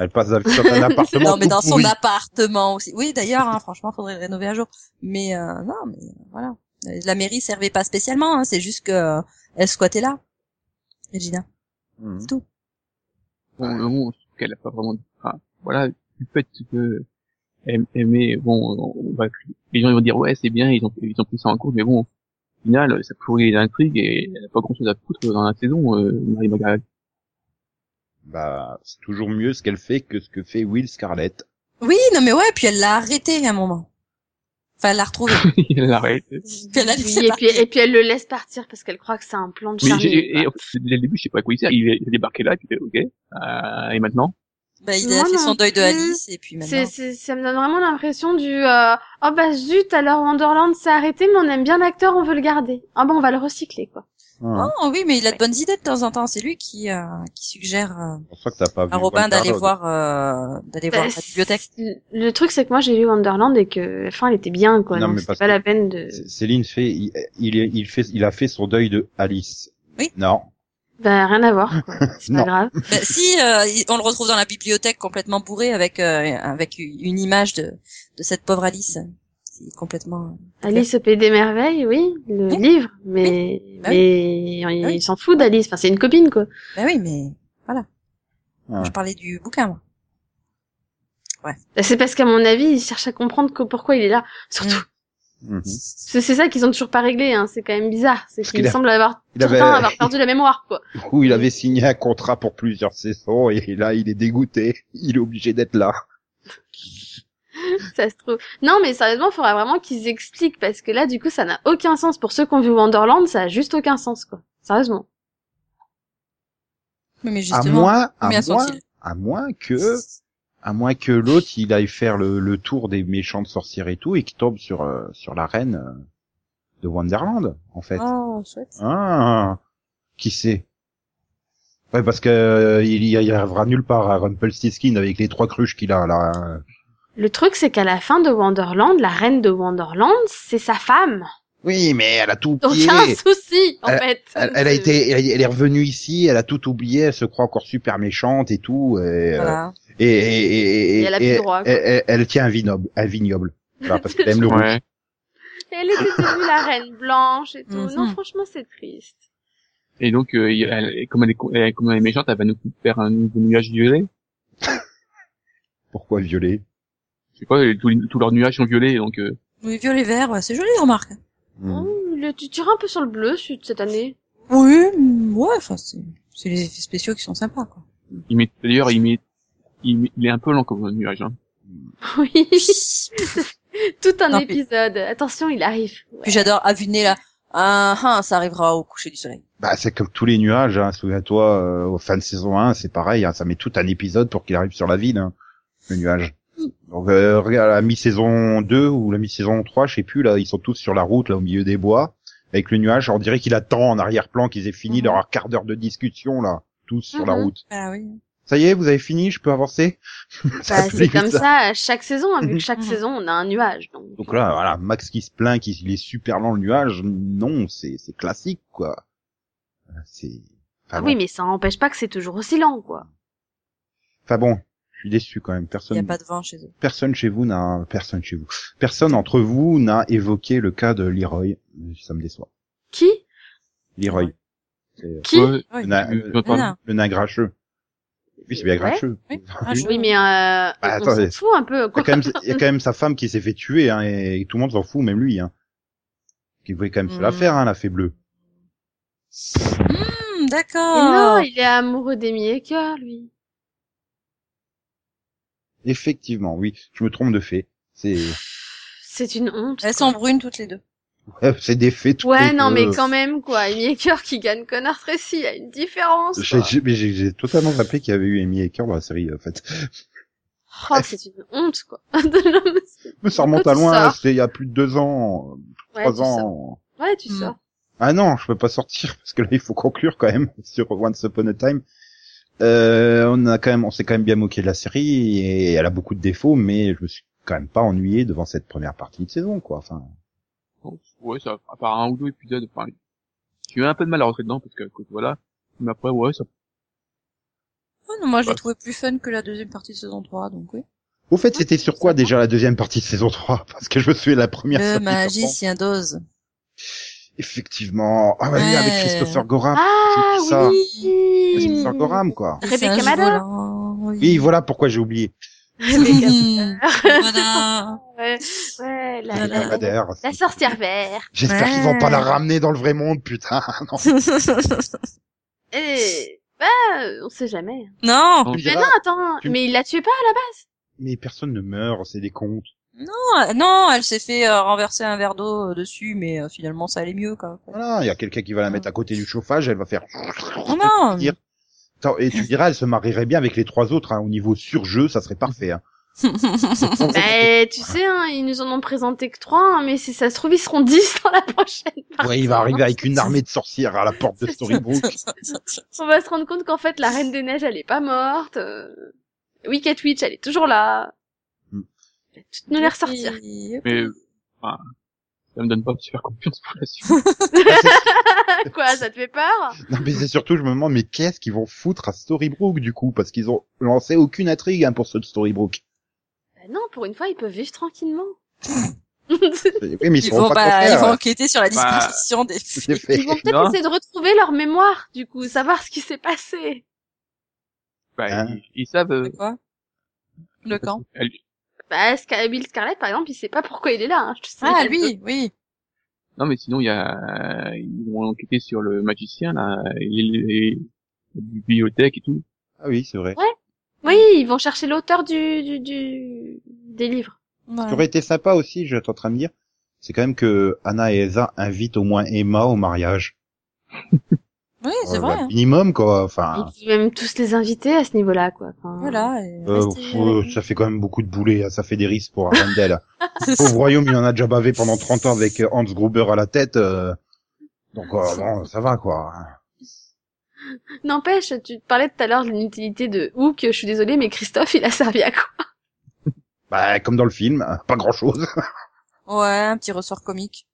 Speaker 1: Elle passe sa vie dans un appartement
Speaker 2: non, mais
Speaker 1: tout
Speaker 2: dans son
Speaker 1: pourri.
Speaker 2: appartement aussi. Oui, d'ailleurs, hein, franchement, faudrait le rénover un jour. Mais euh, non, mais euh, voilà, Euh, la mairie servait pas spécialement. hein, c'est juste que euh, elle squattait là, Regina.
Speaker 1: Mhm.
Speaker 3: Bon, mais bon, je trouve qu'elle a pas vraiment. enfin, voilà, du fait que elle- elle met- bon, on va- les gens ils vont dire ouais c'est bien, ils ont ils ont pris ça en compte, mais bon, au final ça pourrit les intrigues et elle a pas grand chose à foutre dans la saison, euh, Marie Margaret.
Speaker 1: Bah, c'est toujours mieux ce qu'elle fait que ce que fait Will Scarlett.
Speaker 2: Oui, non, mais ouais, puis elle l'a arrêtée à un moment. Enfin, elle l'a retrouvée.
Speaker 3: elle l'arrête.
Speaker 2: elle a
Speaker 4: Oui,
Speaker 2: laissé
Speaker 4: et, puis,
Speaker 2: partir.
Speaker 4: et puis elle le laisse partir parce qu'elle croit que c'est un plan de
Speaker 3: Mais
Speaker 4: charnier.
Speaker 3: j'ai- et,
Speaker 4: quoi.
Speaker 3: et- dès le début je sais pas à quoi il sert, il est, il est débarqué là, tu fais ok, euh, et maintenant
Speaker 2: Bah, il a
Speaker 4: Moi
Speaker 2: fait
Speaker 4: non
Speaker 2: son deuil de
Speaker 4: plus.
Speaker 2: Alice et puis
Speaker 4: C'est,
Speaker 2: maintenant.
Speaker 4: c'est, ça me donne vraiment l'impression du euh, oh bah zut alors Wonderland s'est arrêté mais on aime bien l'acteur on veut le garder ah bah on va le recycler quoi
Speaker 1: Hein.
Speaker 2: Oh oui, mais il a de bonnes idées de temps en temps. C'est lui qui euh, qui suggère euh,
Speaker 1: C'est pour ça que t'as pas vu
Speaker 2: à Robin
Speaker 1: Juan
Speaker 2: d'aller
Speaker 1: Carlos.
Speaker 2: voir euh, d'aller voir
Speaker 4: Bah,
Speaker 2: la bibliothèque.
Speaker 4: c'est- le truc c'est que moi j'ai lu Wonderland et que la fin elle était bien quoi
Speaker 1: Non,
Speaker 4: donc
Speaker 1: mais
Speaker 4: c'était
Speaker 1: parce
Speaker 4: pas
Speaker 1: que-
Speaker 4: la peine de
Speaker 1: C- Céline fait, il, il, est- il fait, il a fait son deuil de Alice.
Speaker 2: Oui.
Speaker 1: Non.
Speaker 4: bah rien à voir quoi c'est
Speaker 1: Non.
Speaker 4: pas grave
Speaker 2: Bah, si euh, il- on le retrouve dans la bibliothèque complètement bourré avec euh, avec une image de de cette pauvre Alice. C'est complètement.
Speaker 4: Alice au pays des merveilles oui le
Speaker 2: Oui.
Speaker 4: livre mais
Speaker 2: Bah
Speaker 4: mais on-
Speaker 2: Bah oui.
Speaker 4: il s'en fout d'Alice enfin c'est une copine quoi
Speaker 2: Bah oui, mais voilà.
Speaker 1: Ah.
Speaker 2: Je parlais du bouquin. Moi.
Speaker 4: Bah, c'est parce qu'à mon avis ils cherchent à comprendre que- pourquoi il est là surtout
Speaker 1: Mhm.
Speaker 4: C'est c'est ça qu'ils ont toujours pas réglé, hein. c'est quand même bizarre. C'est
Speaker 1: Parce
Speaker 4: qu'ils
Speaker 1: qu'il a-
Speaker 4: semblent avoir,
Speaker 1: il avait-
Speaker 4: certains avoir perdu la mémoire, quoi.
Speaker 1: Où il avait signé un contrat pour plusieurs saisons et là il est dégoûté. Il est obligé d'être là.
Speaker 4: ça se trouve. Non, mais sérieusement, il faudra vraiment qu'ils expliquent parce que là, du coup, ça n'a aucun sens. Pour ceux qui ont vu Wonderland, ça a juste aucun sens, quoi. Sérieusement.
Speaker 2: Mais, mais
Speaker 1: À
Speaker 2: justement.
Speaker 1: moins, à
Speaker 2: combien
Speaker 1: moins,
Speaker 2: sont-ils
Speaker 1: à moins que, à moins que l'autre il aille faire le, le tour des méchantes sorcières et tout et qu'il tombe sur euh, sur la reine euh, de Wonderland en fait.
Speaker 2: Oh chouette.
Speaker 1: Ah, qui sait Ouais, parce que euh, il y il y arrivera nulle part à Rumpelstiltskin avec les trois cruches qu'il a là. hein.
Speaker 4: Le truc, c'est qu'à la fin de Wonderland, la reine de Wonderland, c'est sa femme.
Speaker 1: Oui, mais elle a tout
Speaker 4: Donc, il
Speaker 1: oublié.
Speaker 4: y a un souci, en
Speaker 1: Elle-
Speaker 4: fait.
Speaker 1: Elle, elle a été, elle, elle est revenue ici, elle a tout oublié, elle se croit encore super méchante et tout, et euh,
Speaker 2: Voilà.
Speaker 1: et, et, et,
Speaker 4: Et elle a plus
Speaker 1: et-
Speaker 4: le droit, quoi.
Speaker 1: et- et- elle tient un vignoble, un vignoble, Voilà, parce qu'elle aime le rouge.
Speaker 3: Ouais.
Speaker 4: Elle était devenue la reine blanche et tout. Non,
Speaker 1: Mm-hmm.
Speaker 2: Mhm.
Speaker 4: franchement, c'est triste.
Speaker 3: Et donc euh, il- elle, comme elle est co- elle- comme elle est méchante, elle va nous faire un nouveau nuage violet.
Speaker 1: Pourquoi violer
Speaker 3: Je sais pas, tous les- tous leurs nuages sont violets, donc euh,
Speaker 2: Oui, violet vert, ouais, c'est joli, remarque.
Speaker 1: Hmm.
Speaker 4: Oh, le- tu tires un peu sur le bleu Sud, cette année.
Speaker 2: Oui, mm, ouais, enfin c'est c'est les effets spéciaux qui sont sympas quoi.
Speaker 3: il met d'ailleurs il met il, met- il est un peu lent comme nuage. Hein.
Speaker 4: Oui. Tout un
Speaker 2: Non, puis-
Speaker 4: épisode. Attention, il arrive. Ouais.
Speaker 2: Puis j'adore Avuné là. Ah, ah, ça arrivera au coucher du soleil.
Speaker 1: Bah, c'est comme tous les nuages, hein, souviens-toi, euh, au fin de saison 1, c'est pareil, hein, ça met tout un épisode pour qu'il arrive sur la ville, hein, le nuage. Donc, euh, regarde, la mi-saison 2 ou la mi-saison 3, je sais plus, là, ils sont tous sur la route, là, au milieu des bois, avec le nuage, on dirait qu'il attend en arrière-plan qu'ils aient fini
Speaker 2: Mhm.
Speaker 1: leur quart d'heure de discussion, là, tous sur la
Speaker 4: Mhm.
Speaker 1: route.
Speaker 2: Ah oui.
Speaker 1: Ça y est, vous avez fini, je peux avancer Ça
Speaker 4: Bah,
Speaker 1: peut
Speaker 4: c'est
Speaker 1: vite,
Speaker 4: comme ça à chaque saison, hein, vu
Speaker 1: Mhm.
Speaker 4: que chaque
Speaker 2: Mhm.
Speaker 4: saison on a un nuage. Donc,
Speaker 1: Donc là, voilà, Max qui se plaint qu'il est super lent le nuage. Non, c'est c'est classique quoi. Euh, C'est. Enfin,
Speaker 4: Ah
Speaker 1: bon.
Speaker 4: oui, mais ça n'empêche pas que c'est toujours aussi lent, quoi.
Speaker 1: Enfin bon, je suis déçu quand même.
Speaker 2: Il n'y a
Speaker 1: Personne,
Speaker 2: pas de vent chez eux.
Speaker 1: personne chez vous n'a, personne chez vous, personne entre vous n'a évoqué le cas de Leroy. Ça me déçoit.
Speaker 4: Qui
Speaker 1: Leroy,
Speaker 2: Ouais.
Speaker 4: Qui
Speaker 3: Ouais,
Speaker 2: Oui.
Speaker 1: le, na-
Speaker 3: tu-
Speaker 1: euh,
Speaker 3: tu entends-
Speaker 2: non, non.
Speaker 1: le nain grincheux. Oui, c'est bien
Speaker 4: Ouais.
Speaker 1: grincheux.
Speaker 2: Oui, grincheux.
Speaker 4: Oui, mais euh, on- on
Speaker 1: attendez.
Speaker 4: s'en fout un peu.
Speaker 1: Il y,
Speaker 4: Quoi.
Speaker 1: a quand même, il y a quand même sa femme qui s'est fait tuer, hein, et tout le monde s'en fout, même lui. Hein. Qui voulait quand même se la
Speaker 2: Mm.
Speaker 1: faire, hein, la fée bleue.
Speaker 2: Hmm,
Speaker 4: Mais Non,
Speaker 2: D'accord.
Speaker 4: il est amoureux d'Amy Aker, lui.
Speaker 1: Effectivement, oui, je me trompe de fée. C'est
Speaker 4: C'est une honte.
Speaker 2: Elles sont brunes toutes les deux.
Speaker 1: ouais, c'est des fées. toutes
Speaker 4: Ouais,
Speaker 1: les
Speaker 4: non,
Speaker 1: deux.
Speaker 4: mais quand même, quoi. Amy Aker qui gagne Connor Tracy, il y a une différence.
Speaker 1: J'ai-
Speaker 4: quoi.
Speaker 1: J'ai mais j'ai- j'ai totalement rappelé qu'il y avait eu Amy Aker dans la série, en fait.
Speaker 4: Oh, c'est une honte, quoi. Non, mais c'est-
Speaker 1: Mais ça
Speaker 4: De quoi
Speaker 1: remonte à
Speaker 4: tu
Speaker 1: loin,
Speaker 4: sors
Speaker 1: c'était il y a plus de deux ans,
Speaker 4: ouais,
Speaker 1: trois
Speaker 4: tu sors.
Speaker 1: ans.
Speaker 4: Ouais, tu
Speaker 2: Hmm.
Speaker 4: sors.
Speaker 1: Ah non, je peux pas sortir parce que là il faut conclure quand même sur Once Upon a Time. Euh, on a quand même, on s'est quand même bien moqué de la série et elle a beaucoup de défauts, mais je me suis quand même pas ennuyé devant cette première partie de saison, quoi. Enfin,
Speaker 3: ouais, ça, à part un ou deux épisodes, enfin, j'ai eu un peu de mal à rentrer dedans parce que, écoute, voilà. Mais après, ouais, ça,
Speaker 2: Oh, non, moi, je l'ai
Speaker 3: Ouais.
Speaker 2: trouvé plus fun que la deuxième partie de saison 3, donc oui.
Speaker 1: au fait, c'était sur quoi déjà la deuxième partie de saison 3 Parce que je me souviens de la première.
Speaker 2: Le
Speaker 4: Euh,
Speaker 1: sortie,
Speaker 4: bah,
Speaker 2: magicien d'Oz.
Speaker 1: pardon. Effectivement. Ah bah oui,
Speaker 2: Ouais.
Speaker 1: avec Christopher Gorham.
Speaker 4: Ah,
Speaker 1: c'est ça.
Speaker 4: oui
Speaker 1: Christopher Gorham, quoi.
Speaker 2: C'est
Speaker 4: Rebecca
Speaker 2: un
Speaker 4: Mada
Speaker 2: volant,
Speaker 1: Oui, voilà pourquoi j'ai oublié.
Speaker 4: Rebecca
Speaker 2: voilà.
Speaker 4: Ouais, ouais, la,
Speaker 2: Voilà.
Speaker 4: la, la,
Speaker 1: Cavadaire.
Speaker 4: la sorcière verte.
Speaker 1: Ah, J'espère qu'ils vont pas la ramener dans le vrai monde, putain. Non.
Speaker 4: Et, bah, on sait jamais.
Speaker 2: non,
Speaker 3: Tu me
Speaker 4: Mais
Speaker 1: diras,
Speaker 4: non, attends,
Speaker 1: tu-
Speaker 4: mais il la tuait pas, là-bas.
Speaker 1: Mais personne ne meurt, c'est des contes.
Speaker 2: non, non, elle s'est fait euh, renverser un verre d'eau euh, dessus, mais euh, finalement ça allait mieux quoi.
Speaker 1: Voilà, il y a quelqu'un qui va la mettre à côté du chauffage, elle va faire.
Speaker 2: Ah Non, non,
Speaker 1: Dire- Attends, Et tu diras, elle se marierait bien avec les trois autres. Hein. Au niveau surjeu, ça serait parfait. Hein.
Speaker 2: Ben,
Speaker 4: Bah, tu sais, hein, ils nous en ont présenté que trois, hein, mais si ça se trouve, ils seront dix dans la prochaine partie.
Speaker 1: Ouais, il va arriver avec une armée de sorcières à la porte de
Speaker 4: C'est ça.
Speaker 1: Storybrooke.
Speaker 4: On va se rendre compte qu'en fait, la Reine des Neiges, elle est pas morte. Euh... Wicked Witch, elle est toujours là.
Speaker 2: Mm.
Speaker 1: Hmm.
Speaker 4: Elle va toutes nous les ressortir.
Speaker 2: Et-
Speaker 3: mais, euh, enfin, ça me donne pas super confiance pour la suite.
Speaker 4: Quoi, ça te fait peur
Speaker 1: Non, mais c'est surtout, je me demande, mais qu'est-ce qu'ils vont foutre à Storybrooke du coup Parce qu'ils ont lancé aucune intrigue hein, pour ceux de Storybrooke.
Speaker 4: Bah non, pour une fois, ils peuvent vivre tranquillement.
Speaker 1: Oui, mais ils,
Speaker 2: Ils
Speaker 1: seront
Speaker 2: vont,
Speaker 1: pas
Speaker 2: pas- ils
Speaker 1: contraires.
Speaker 2: vont enquêter sur la
Speaker 3: Bah,
Speaker 2: disparition des
Speaker 1: C'est
Speaker 2: filles.
Speaker 1: fait.
Speaker 4: Ils vont peut-être
Speaker 3: Non.
Speaker 4: essayer de retrouver leur mémoire, du coup, savoir ce qui s'est passé.
Speaker 3: Bah,
Speaker 1: Hein.
Speaker 3: ils, ils savent, euh,
Speaker 2: Quoi Le camp
Speaker 3: elle-
Speaker 4: Bah, Scar- Will Scarlet, par exemple, il sait pas pourquoi il est là. hein, je te signale.
Speaker 2: Ah lui, oui.
Speaker 3: non, mais sinon, il y a, ils ont enquêté sur le magicien, là, et les, les- la bibliothèque et tout.
Speaker 1: Ah oui, c'est vrai.
Speaker 4: Oui, ils vont chercher l'auteur du, du, du- des livres.
Speaker 1: Ce qui aurait été sympa aussi, je suis en train de dire, c'est quand même que Anna et Elsa invitent au moins Emma au mariage.
Speaker 2: Oui, c'est
Speaker 1: Euh,
Speaker 2: vrai.
Speaker 1: bah,
Speaker 2: hein.
Speaker 1: minimum, quoi. Enfin,
Speaker 4: Ils peuvent même tous les inviter à ce niveau-là, quoi. Enfin,
Speaker 2: Voilà. et
Speaker 1: Euh,
Speaker 2: restez-
Speaker 1: pff, euh, ça fait quand même beaucoup de boulets, hein, ça fait des risques pour Arendelle. Le pauvre royaume, il en a déjà bavé pendant 30 ans avec euh, Hans Gruber à la tête. euh, Donc euh, bon, ça va quoi.
Speaker 4: N'empêche, tu parlais tout à l'heure de l'inutilité de Hook. Je suis désolée, mais Christophe, il a servi à quoi
Speaker 1: Bah comme dans le film, hein, pas grand chose.
Speaker 2: Ouais, un petit ressort comique.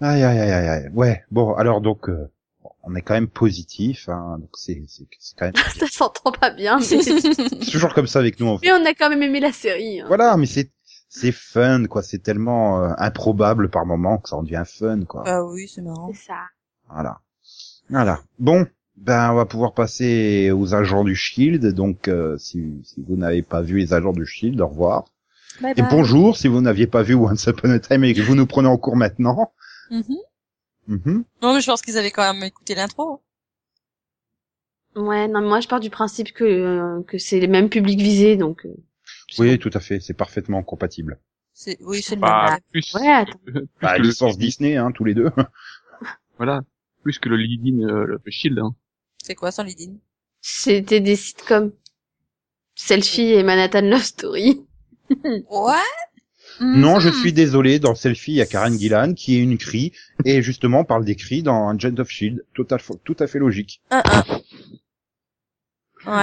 Speaker 1: Aïe aïe aïe aïe. aïe. Ouais. Bon alors donc euh, bon, on est quand même positif. Hein, donc c'est c'est c'est quand même
Speaker 4: Ça s'entend pas bien, mais...
Speaker 1: c'est toujours comme ça avec nous. En fait.
Speaker 4: mais on a quand même aimé la série. hein.
Speaker 1: Voilà, mais c'est c'est fun quoi. C'est tellement euh, improbable par moment que ça en devient fun quoi.
Speaker 2: Bah oui, c'est marrant.
Speaker 4: C'est ça.
Speaker 1: Voilà. Voilà. Bon, ben on va pouvoir passer aux agents du Shield. Donc euh, si, si vous n'avez pas vu les agents du Shield, au revoir.
Speaker 2: Bye
Speaker 1: Et bonjour si vous n'aviez pas vu Once Upon a Time et que vous nous prenez en cours maintenant.
Speaker 2: Mhm.
Speaker 1: Mhm.
Speaker 2: Non, mais je pense qu'ils avaient quand même écouté l'intro.
Speaker 4: Ouais, non, mais moi, je pars du principe que, euh, que c'est les mêmes publics visés, donc... euh,
Speaker 1: Oui, tout à fait. C'est parfaitement compatible.
Speaker 2: C'est, oui, c'est le
Speaker 3: Bah,
Speaker 2: même.
Speaker 3: plus,
Speaker 4: Ouais, attends.
Speaker 1: Bah,
Speaker 3: que le-
Speaker 1: licence Disney, hein, tous les
Speaker 2: Mm-hmm.
Speaker 1: deux.
Speaker 3: voilà, plus que le lead-in, euh, le shield, hein.
Speaker 2: C'est quoi, sans Lidine?
Speaker 4: C'était des sitcoms. Selfie et Manhattan Love Story.
Speaker 2: Ouais.
Speaker 1: non,
Speaker 4: Hmm.
Speaker 1: je suis désolé. Dans Selfie, il y a Karen Gillan qui est une cri et justement parle des cris dans Agent of Shield. Tout à, tout à fait logique.
Speaker 2: Un, un.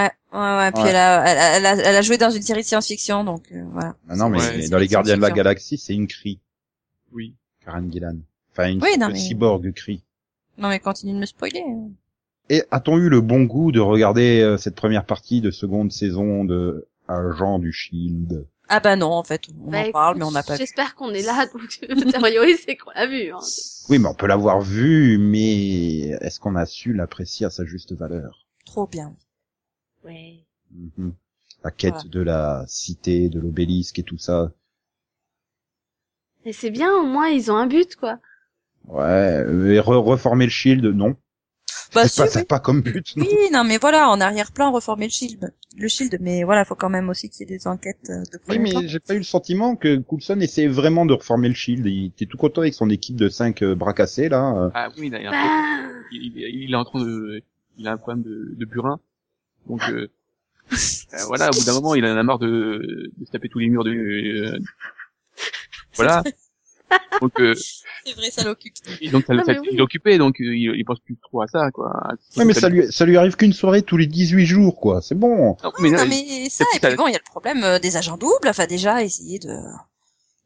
Speaker 2: Ouais, ouais, ouais. Puis
Speaker 1: Ouais.
Speaker 2: Elle, a, elle, a- elle a, elle a joué dans une série de science-fiction, donc euh, voilà.
Speaker 1: Ah non, mais
Speaker 3: Ouais,
Speaker 1: dans
Speaker 2: c'est-
Speaker 1: les Gardiens de la
Speaker 2: c'est-
Speaker 1: Galaxie, c'est une cri,
Speaker 3: Oui.
Speaker 1: Karen Gillan. Enfin, une
Speaker 2: Oui, non,
Speaker 1: le
Speaker 2: mais-
Speaker 1: cyborg cri.
Speaker 2: Non mais continue de me spoiler.
Speaker 1: Et a-t-on eu le bon goût de regarder euh, cette première partie de seconde saison de Agent du Shield
Speaker 2: Ah bah non, en fait, on
Speaker 4: Bah,
Speaker 2: en parle,
Speaker 4: écoute,
Speaker 2: mais on n'a pas vu.
Speaker 4: J'espère qu'on est là, donc a priori, c'est qu'on l'a vu. Hein.
Speaker 1: Oui, mais on peut l'avoir vu, mais est-ce qu'on a su l'apprécier à sa juste valeur
Speaker 2: Trop bien.
Speaker 4: Ouais.
Speaker 1: Mhm. La quête
Speaker 2: Voilà.
Speaker 1: de la cité, de l'obélisque et tout ça.
Speaker 4: Et c'est bien, au moins, ils ont un but, quoi.
Speaker 1: Ouais, euh, et re- reformer le Shield, non.
Speaker 2: Bah
Speaker 1: c'est
Speaker 2: si,
Speaker 1: pas,
Speaker 2: oui.
Speaker 1: c'est pas comme but, non.
Speaker 2: Oui, non mais voilà, en arrière-plan, reformer le shield. Le shield, mais voilà, faut quand même aussi qu'il y ait des enquêtes euh, de
Speaker 1: Oui,
Speaker 2: premier plan.
Speaker 1: mais j'ai pas eu le sentiment que Coulson essayait vraiment de reformer le Shield. Il était tout content avec son équipe de 5 bras cassés, là. euh.
Speaker 3: Ah oui, il a, il a un problème.
Speaker 4: Bah,
Speaker 3: Il, il- il est en train de, il a un problème de, de burin. Donc, euh, euh, voilà, au bout d'un moment, il en a marre de, de se taper tous les murs de, euh, voilà. Donc, euh,
Speaker 2: C'est vrai, ça l'occupe.
Speaker 3: Et donc ça,
Speaker 4: Non,
Speaker 3: ça-
Speaker 4: mais oui.
Speaker 3: il est occupé, donc euh, il, il pense plus trop à ça, quoi. Ah,
Speaker 1: Ouais, mais ça lui, ça lui arrive qu'une soirée tous les 18 jours, quoi. C'est bon.
Speaker 3: Non,
Speaker 2: Mais
Speaker 3: mais non,
Speaker 2: non
Speaker 3: il-
Speaker 2: mais ça,
Speaker 3: c'est
Speaker 2: et puis
Speaker 3: tout à-
Speaker 2: bon, il y a le problème euh, des agents doubles. Enfin déjà, essayer de,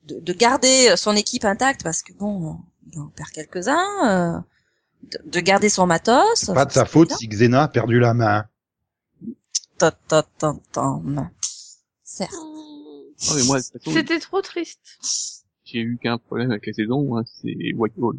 Speaker 2: de, de garder euh, son équipe intacte parce que bon, il en perd quelques-uns. euh, de, de garder son matos.
Speaker 1: Pas de sa faute si Xena a perdu la main.
Speaker 2: Tan, tan, tan, tan. Certes.
Speaker 3: non, mais moi, de toute façon,
Speaker 4: Bah, C'était trop triste.
Speaker 3: j'ai eu qu'un problème avec la saison, hein, c'est Whitehall.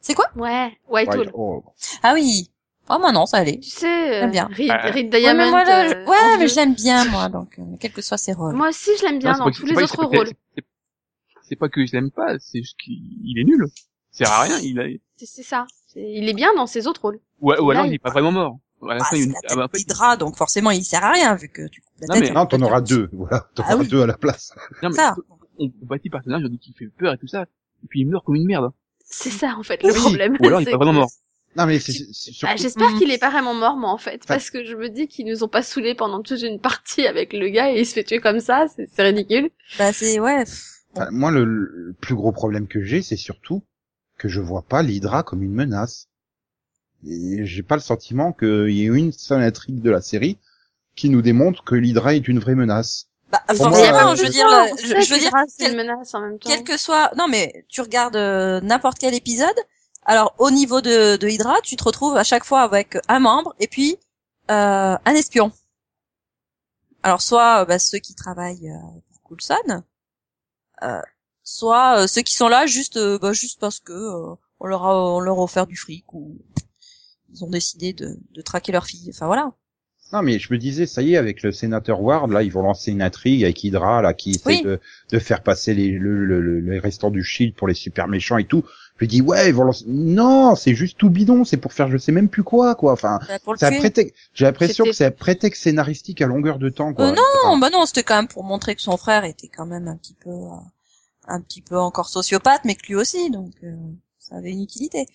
Speaker 2: C'est quoi
Speaker 4: Ouais, Whitehall.
Speaker 1: Ouais, oh.
Speaker 2: Ah oui. Ah moi non, ça allait.
Speaker 4: Tu sais, euh,
Speaker 2: J'aime bien.
Speaker 4: Reed,
Speaker 3: Bah,
Speaker 4: Reed
Speaker 2: Ouais,
Speaker 4: Diamond.
Speaker 2: mais moi, là, je-
Speaker 4: euh, en
Speaker 2: ouais, mais
Speaker 4: vieux.
Speaker 2: je l'aime bien, moi, donc, euh, quel que soit ses rôles.
Speaker 4: Moi aussi, je l'aime bien
Speaker 3: Non, c'est
Speaker 4: dans
Speaker 3: pas que-
Speaker 4: tous
Speaker 3: c'est
Speaker 4: les
Speaker 3: pas que-
Speaker 4: autres
Speaker 3: c'est-
Speaker 4: rôles.
Speaker 3: c'est- c'est- C'est pas que je l'aime pas, c'est juste qu'il il est nul. C'est à rien, il a...
Speaker 4: C'est c'est ça. C'est- Il est bien dans ses autres rôles.
Speaker 3: ou, ou alors
Speaker 4: Là,
Speaker 3: il
Speaker 4: il-
Speaker 3: est pas vraiment mort. À la
Speaker 2: Ah,
Speaker 3: fin,
Speaker 2: c'est
Speaker 3: il y a
Speaker 2: la
Speaker 3: une-
Speaker 2: tête
Speaker 3: ah, bah, en fait,
Speaker 2: d'Hydra, donc forcément, il sert à rien, vu que tu coupes la
Speaker 3: Non,
Speaker 2: tête.
Speaker 3: mais-
Speaker 2: tu
Speaker 1: Non,
Speaker 2: coupes
Speaker 1: t'en
Speaker 2: la
Speaker 1: auras
Speaker 2: tête.
Speaker 1: deux. Voilà, t'en
Speaker 2: Ah
Speaker 1: auras
Speaker 2: oui.
Speaker 1: deux à la place.
Speaker 3: non, mais
Speaker 2: Ça.
Speaker 3: on, on bâtit le personnage, on dit qu'il fait peur et tout ça, et puis il meurt comme une merde.
Speaker 4: C'est ça, en fait, le
Speaker 1: Oui,
Speaker 4: problème.
Speaker 3: Ou alors il est
Speaker 4: C'est
Speaker 3: pas vraiment
Speaker 4: que-
Speaker 3: mort.
Speaker 1: Non, mais c'est c'est surtout-
Speaker 4: Ah, J'espère
Speaker 2: Mm.
Speaker 4: qu'il est pas vraiment mort, moi, en fait.
Speaker 1: Enfin-
Speaker 4: Parce que je me dis qu'ils nous ont pas saoulés pendant toute une partie avec le gars et il se fait tuer comme ça. C'est c'est ridicule.
Speaker 2: Bah, c'est, ouais. pff,
Speaker 1: enfin, moi, le, le plus gros problème que j'ai, c'est surtout que je vois pas l'Hydra comme une menace. Et j'ai pas le sentiment qu'il y ait une seule intrigue de la série qui nous démontre que l'Hydra est une vraie menace.
Speaker 2: Bah,
Speaker 1: Pour moi,
Speaker 2: forcément,
Speaker 1: euh,
Speaker 2: je veux dire, la-
Speaker 4: On
Speaker 2: je,
Speaker 4: sait
Speaker 2: je veux
Speaker 4: qu'il
Speaker 2: dire,
Speaker 4: rase, c'est
Speaker 2: quel-
Speaker 4: une menace en même temps.
Speaker 2: quel que soit, non, mais tu regardes euh, n'importe quel épisode. Alors, au niveau de, de Hydra, tu te retrouves à chaque fois avec un membre et puis euh, un espion. Alors, soit euh, bah, ceux qui travaillent euh, pour Coulson, euh, soit euh, ceux qui sont là juste, euh, bah, juste parce que euh, on leur a, on leur a offert du fric ou ils ont décidé de, de traquer leur fille. Enfin voilà.
Speaker 1: Non, mais je me disais, ça y est, avec le sénateur Ward, là, ils vont lancer une intrigue avec Hydra, là, qui essaie
Speaker 2: Oui.
Speaker 1: de, de faire passer les, le, le- le- les restants du Shield pour les super méchants et tout. Je me dis, ouais, ils vont lancer... Non, c'est juste tout bidon, c'est pour faire je sais même plus quoi, quoi. Enfin,
Speaker 2: Bah, pour le
Speaker 1: c'est un
Speaker 2: tuer.
Speaker 1: prétexte... J'ai l'impression
Speaker 4: C'était-
Speaker 1: que c'est un prétexte scénaristique à longueur de temps, quoi.
Speaker 2: Euh, Non, bah non, c'était quand même pour montrer que son frère était quand même un petit peu, euh, un petit peu encore sociopathe, mais que lui aussi, donc euh, ça avait une utilité.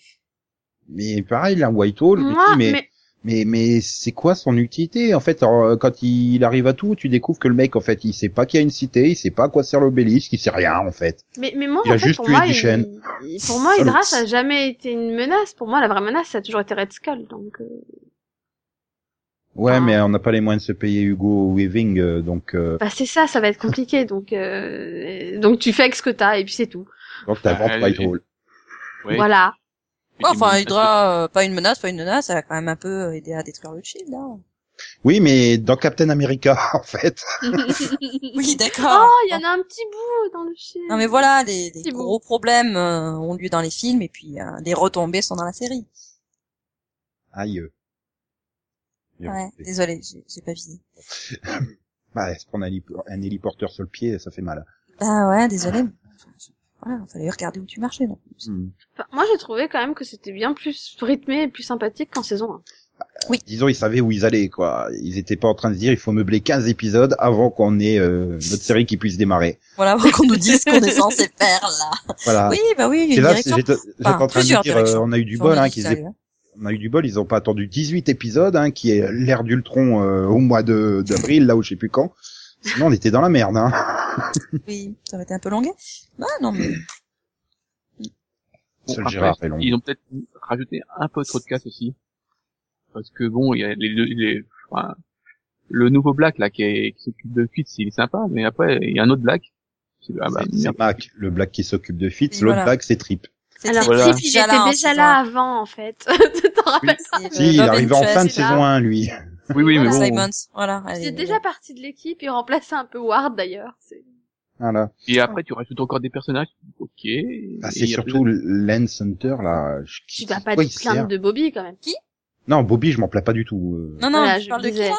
Speaker 1: Mais pareil, là, Whitehall, je me dis,
Speaker 4: Moi,
Speaker 1: mais...
Speaker 4: mais
Speaker 1: Mais mais c'est quoi son utilité en fait alors, euh, quand il, il arrive à tout tu découvres que le mec en fait il sait pas qu'il y a une cité il sait pas à quoi sert l'obélisque il sait rien en fait
Speaker 4: Mais, mais moi,
Speaker 1: Il a
Speaker 4: en fait,
Speaker 1: juste
Speaker 4: pour
Speaker 1: tué
Speaker 4: moi,
Speaker 1: des
Speaker 4: il-
Speaker 1: chênes.
Speaker 4: il- pour moi,
Speaker 1: Salaud.
Speaker 4: Hydra, ça a jamais été une menace. Pour moi, la vraie menace, ça a toujours été Red Skull. Donc, euh,
Speaker 1: ouais
Speaker 4: Ah.
Speaker 1: mais on n'a pas les moyens de se payer Hugo Weaving euh, donc euh,
Speaker 4: bah, c'est ça, ça va être compliqué. Donc, euh, donc tu fais avec ce que t'as et puis c'est tout.
Speaker 1: donc t'inventes
Speaker 3: Ah, et-
Speaker 1: Whitehall
Speaker 3: Ouais.
Speaker 4: Voilà.
Speaker 2: Ouais, enfin,
Speaker 3: Effectivement,
Speaker 2: Hydra, euh, pas une menace, pas une menace, elle a quand même un peu euh, aidé à détruire le shield. Hein.
Speaker 1: oui mais dans Captain America en fait
Speaker 2: Oui, d'accord.
Speaker 4: Oh, il y en a un petit bout dans le film.
Speaker 2: Ah. Non mais voilà, les, les
Speaker 4: C'est bon.
Speaker 2: gros problèmes euh, ont lieu dans les films et puis euh, les retombées sont dans la série.
Speaker 1: aïe Bien,
Speaker 2: Ouais,
Speaker 1: c'est-
Speaker 2: désolé, j'ai j'ai pas fini.
Speaker 1: bah, se prendre un, hélipo- un héliporteur sur le pied ça fait mal
Speaker 2: Bah ouais, désolé. mais- Voilà, fallait regarder où tu marchais. non
Speaker 1: Hmm.
Speaker 4: Enfin, moi, j'ai trouvé quand même que c'était bien plus rythmé et plus sympathique qu'en saison 1.
Speaker 1: disons ils savaient où ils allaient quoi ils étaient pas en train de se dire il faut meubler 15 épisodes avant qu'on ait euh, notre série qui puisse démarrer
Speaker 2: Voilà, avant qu'on nous dise ce qu'on est censé faire là.
Speaker 1: voilà
Speaker 2: Oui, bah oui, une
Speaker 1: Ah. C'est là,
Speaker 2: direction.
Speaker 1: j'étais j'étais
Speaker 2: Enfin,
Speaker 1: en train de
Speaker 2: plusieurs
Speaker 1: me dire,
Speaker 2: directions.
Speaker 1: euh, on a eu du
Speaker 2: J'en
Speaker 1: bol,
Speaker 2: ai
Speaker 1: hein,
Speaker 2: dit
Speaker 1: qu'ils
Speaker 2: sérieux.
Speaker 1: aient- on a eu du bol, ils ont pas attendu 18 épisodes, hein, qui est l'ère d'Ultron euh, au mois de d'avril, là où je sais plus quand. Sinon, on était dans la merde, hein.
Speaker 2: Oui, ça aurait été un peu longué. Ah non, mais
Speaker 3: Bon,
Speaker 1: Seul
Speaker 3: après,
Speaker 1: Gérard est long.
Speaker 3: Ils ont peut-être rajouté un peu trop de casse aussi. parce que bon, il y a les deux, les, enfin, le nouveau Black là qui est- qui s'occupe de Fitz, il est sympa, mais après il y a un autre Black. C'est- Ah bah,
Speaker 1: C'est-
Speaker 3: merde.
Speaker 1: c'est Mac, le black qui s'occupe de Fitz,
Speaker 2: Oui,
Speaker 1: l'autre
Speaker 2: voilà.
Speaker 1: black c'est Trip.
Speaker 2: C'est
Speaker 4: Alors,
Speaker 3: Voilà.
Speaker 4: Cliff,
Speaker 2: triste,
Speaker 4: il était
Speaker 2: en
Speaker 4: déjà
Speaker 2: saison
Speaker 4: là
Speaker 2: un.
Speaker 4: avant, en fait. Tu t'en rappelles
Speaker 2: C'est,
Speaker 1: si, il
Speaker 2: Love and
Speaker 1: arrive en
Speaker 2: Trust,
Speaker 1: fin de
Speaker 4: c'est
Speaker 1: saison 1, lui.
Speaker 3: Oui, oui, mais
Speaker 2: Voilà,
Speaker 3: bon.
Speaker 2: Simons, voilà.
Speaker 4: Il
Speaker 2: elle
Speaker 4: faisait
Speaker 2: est-
Speaker 4: déjà partie de l'équipe, il remplaçait un peu Ward d'ailleurs. C'est-
Speaker 1: Voilà.
Speaker 3: Et après tu rajoutes encore des personnages. Ok.
Speaker 1: Ah,
Speaker 3: Et
Speaker 1: c'est
Speaker 3: il y a-
Speaker 1: surtout Lance Hunter, là. je-
Speaker 4: Tu vas
Speaker 1: à
Speaker 4: pas
Speaker 1: quoi
Speaker 4: te
Speaker 1: il
Speaker 4: plaindre
Speaker 1: sert
Speaker 4: de Bobby quand même. Qui
Speaker 1: Non, Bobby, je m'en plains pas du tout. euh,
Speaker 2: Non, non,
Speaker 4: Voilà,
Speaker 2: tu
Speaker 4: je
Speaker 2: parles
Speaker 4: le
Speaker 2: de qui,
Speaker 4: disais.
Speaker 2: là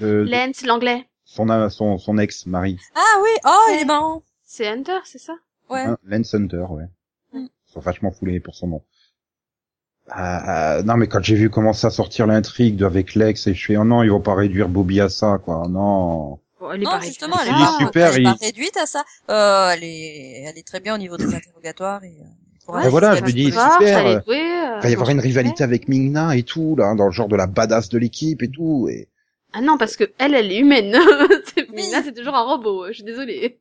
Speaker 1: de- de-
Speaker 4: Lance, l'anglais.
Speaker 1: son, a- son, son ex, Marie.
Speaker 2: Ah oui, oh, il
Speaker 4: Ouais.
Speaker 2: est marrant.
Speaker 4: C'est Hunter, c'est ça
Speaker 2: Ouais.
Speaker 1: Hein, Lance Hunter, ouais.
Speaker 2: Mm.
Speaker 1: Ils sont vachement foulés pour son nom. Ah, ah, non, mais quand j'ai vu commencer à sortir l'intrigue de- avec Lex, et je fais, oh non, ils vont pas réduire Bobby à ça, quoi. Non.
Speaker 4: Bon, elle est Ah,
Speaker 2: Non,
Speaker 4: pareille.
Speaker 2: justement, elle est,
Speaker 1: Il est
Speaker 2: pas,
Speaker 1: super,
Speaker 2: elle est pas
Speaker 1: il-
Speaker 2: réduite à ça. Euh, elle est, elle est très bien au niveau des interrogatoires et. euh, pour
Speaker 4: Ouais,
Speaker 2: elle,
Speaker 1: Ben voilà,
Speaker 2: c'est
Speaker 1: je me dis,
Speaker 2: ce
Speaker 1: super,
Speaker 2: qu'elle
Speaker 4: Forte, elle
Speaker 1: euh,
Speaker 4: est douée. euh,
Speaker 1: Il va y avoir une rivalité
Speaker 4: Ouais.
Speaker 1: avec Mingna et tout, là, dans le genre de la badass de l'équipe et tout, et
Speaker 4: Ah non, parce que elle, elle est humaine. C'est-
Speaker 2: Oui.
Speaker 4: Mina, c'est toujours un robot, euh, je suis désolée.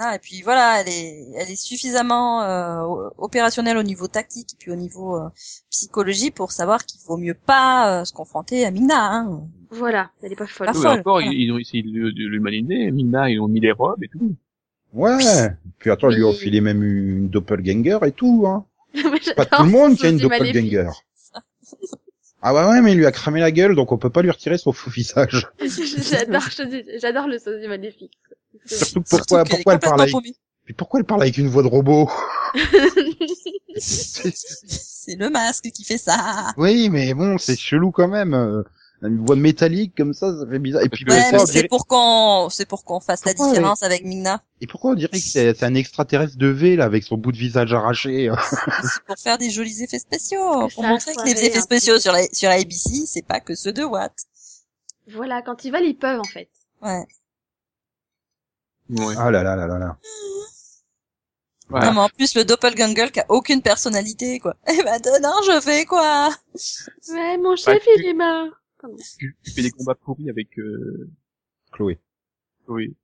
Speaker 2: Ah, et puis voilà, elle est, elle est suffisamment euh, o- opérationnelle au niveau tactique et puis au niveau euh, psychologie pour savoir qu'il vaut mieux pas euh, se confronter à Mina. Hein.
Speaker 4: Voilà, elle est pas folle.
Speaker 2: La
Speaker 3: Oui, mais
Speaker 2: folle,
Speaker 3: encore,
Speaker 2: voilà.
Speaker 3: ils, ils ont essayé de, de l'humaniser. Mina, ils ont mis des robes et tout.
Speaker 1: Ouais. Puis attends, ils lui ont
Speaker 4: Oui.
Speaker 1: filé même une doppelganger et tout, hein.
Speaker 4: Moi,
Speaker 1: C'est Pas
Speaker 4: j'adore
Speaker 1: tout le monde
Speaker 4: ce
Speaker 1: qui a une
Speaker 4: zombie maléfique.
Speaker 1: doppelganger. Ah ouais, ouais, mais il lui a cramé la gueule, donc on peut pas lui retirer son faux visage.
Speaker 4: J'adore, je te dis, j'adore le sosie maléfique.
Speaker 1: Surtout que pourquoi,
Speaker 2: Surtout qu'elle est
Speaker 1: pourquoi elle parle
Speaker 2: complètement
Speaker 1: avec,
Speaker 2: paumée.
Speaker 1: puis pourquoi elle parle avec une voix de robot?
Speaker 2: C'est le masque qui fait ça.
Speaker 1: oui, mais bon, c'est chelou quand même. euh, Une voix métallique comme ça, ça fait bizarre. Et puis,
Speaker 3: Ouais,
Speaker 1: pourquoi
Speaker 2: Ouais, mais
Speaker 1: on
Speaker 2: c'est
Speaker 1: dirait-
Speaker 2: pour qu'on, c'est pour qu'on fasse la
Speaker 1: Pourquoi,
Speaker 2: différence avec Mina.
Speaker 1: et pourquoi on dirait que c'est c'est un extraterrestre de V, là, avec son bout de visage arraché? hein
Speaker 2: C'est pour faire des jolis effets spéciaux,
Speaker 4: Que
Speaker 2: pour
Speaker 4: ça
Speaker 2: montrer que
Speaker 4: soit
Speaker 2: les
Speaker 4: vrai,
Speaker 2: effets
Speaker 4: hein.
Speaker 2: spéciaux sur la sur la ABC, c'est pas que ceux de Watt.
Speaker 4: voilà, quand ils veulent, ils peuvent, en fait.
Speaker 2: Ouais.
Speaker 3: Ouais.
Speaker 1: Ah là là là là là.
Speaker 3: Voilà.
Speaker 2: Non, mais en plus le doppelganger qui a aucune personnalité quoi. Et maintenant je fais quoi
Speaker 4: Ouais, mon chef,
Speaker 3: tu-
Speaker 4: il est mort.
Speaker 3: Tu, tu fais des combats pourris avec. Euh...
Speaker 1: Chloé.
Speaker 3: Oui.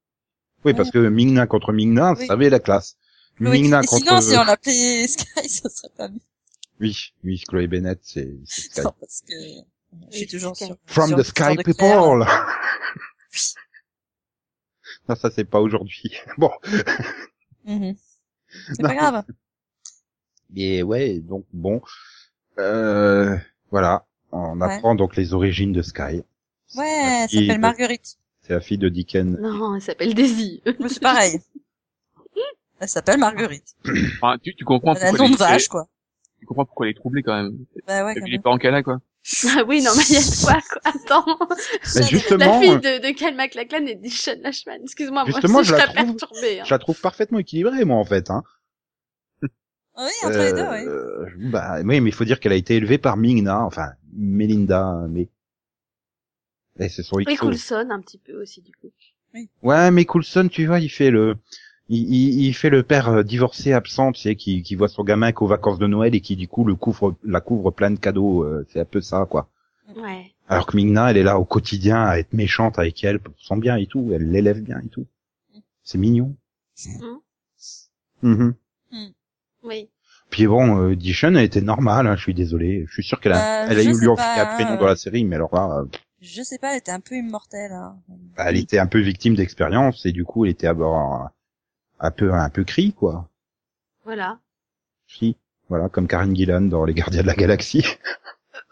Speaker 1: Oui, parce que Mingna contre Mingna,
Speaker 2: Oui.
Speaker 1: ça avait la classe.
Speaker 2: Oui.
Speaker 1: Mingna
Speaker 2: Et
Speaker 1: contre...
Speaker 2: sinon si on l'appelait Sky, ça serait pas mieux.
Speaker 1: Oui, oui, Chloé Bennett, c'est c'est Sky.
Speaker 2: Non, parce que je suis toujours
Speaker 4: Sky.
Speaker 2: sur
Speaker 1: From
Speaker 2: sur
Speaker 1: the
Speaker 2: une histoire
Speaker 1: Sky
Speaker 2: de Claire.
Speaker 1: People. non, ça c'est pas aujourd'hui. Bon,
Speaker 2: Mhm. C'est
Speaker 1: Non.
Speaker 2: pas grave.
Speaker 1: mais ouais, donc bon, euh, voilà, on
Speaker 2: Ouais.
Speaker 1: apprend donc les origines de Sky.
Speaker 2: Ouais, ça
Speaker 1: Et
Speaker 2: s'appelle
Speaker 1: de-
Speaker 2: Marguerite.
Speaker 1: C'est la fille de Dicken.
Speaker 4: Non, elle s'appelle Daisy.
Speaker 2: Mais C'est pareil. Elle s'appelle Marguerite.
Speaker 3: Enfin, tu, tu comprends
Speaker 2: Elle a un
Speaker 3: pourquoi.
Speaker 2: nom de
Speaker 3: elle est-
Speaker 2: vache quoi.
Speaker 3: Tu comprends pourquoi elle est troublée quand même.
Speaker 2: Bah ouais.
Speaker 3: T'as
Speaker 2: Quand
Speaker 3: vu les
Speaker 2: même.
Speaker 3: parents qu'elle a quoi.
Speaker 4: Ah oui, non, mais il y a quoi, quoi Attends.
Speaker 1: Mais
Speaker 4: La
Speaker 1: justement,
Speaker 4: fille
Speaker 1: euh,
Speaker 4: de, de Kyle MacLachlan et de Sean Lashman. Excuse-moi, moi
Speaker 1: Justement,
Speaker 4: aussi,
Speaker 1: je la
Speaker 4: t'ai
Speaker 1: trouve-
Speaker 4: perturbée, hein.
Speaker 1: je la trouve parfaitement équilibrée, moi en fait. Hein.
Speaker 2: Ah Oui, entre les deux, oui.
Speaker 1: Euh, bah, oui, mais il faut dire qu'elle a été élevée par Mingna, enfin Melinda, mais. Et c'est son
Speaker 4: Et
Speaker 1: Ixo.
Speaker 4: Coulson, un petit peu aussi, du coup.
Speaker 1: Ouais, mais Coulson, tu vois, il fait le, il, il, il fait le père euh, divorcé absent, tu sais, qui, qui voit son gamin qu'aux vacances de Noël et qui du coup le couvre, la couvre plein de cadeaux. euh, c'est un peu ça, quoi.
Speaker 4: Ouais.
Speaker 1: Alors que Migna, elle est là au quotidien à être méchante avec elle pour son bien et tout. Elle l'élève bien et tout. C'est mignon.
Speaker 2: Mm.
Speaker 1: Mhm.
Speaker 4: Oui.
Speaker 1: Puis bon, euh, Dishon a été normale, hein, je suis désolé. Je suis sûr qu'elle a,
Speaker 2: Euh,
Speaker 1: elle a
Speaker 2: je
Speaker 1: eu
Speaker 2: sais
Speaker 1: lui en
Speaker 2: pas,
Speaker 1: fait un prénom
Speaker 2: hein,
Speaker 1: dans la série, mais alors là, euh,
Speaker 2: Je sais pas, elle était un peu immortelle. Hein.
Speaker 1: elle était un peu victime d'expérience et du coup, elle était à bord un, un peu, un peu cri, quoi.
Speaker 4: Voilà.
Speaker 1: Si, voilà, comme Karen Gillan dans Les Gardiens de la Galaxie.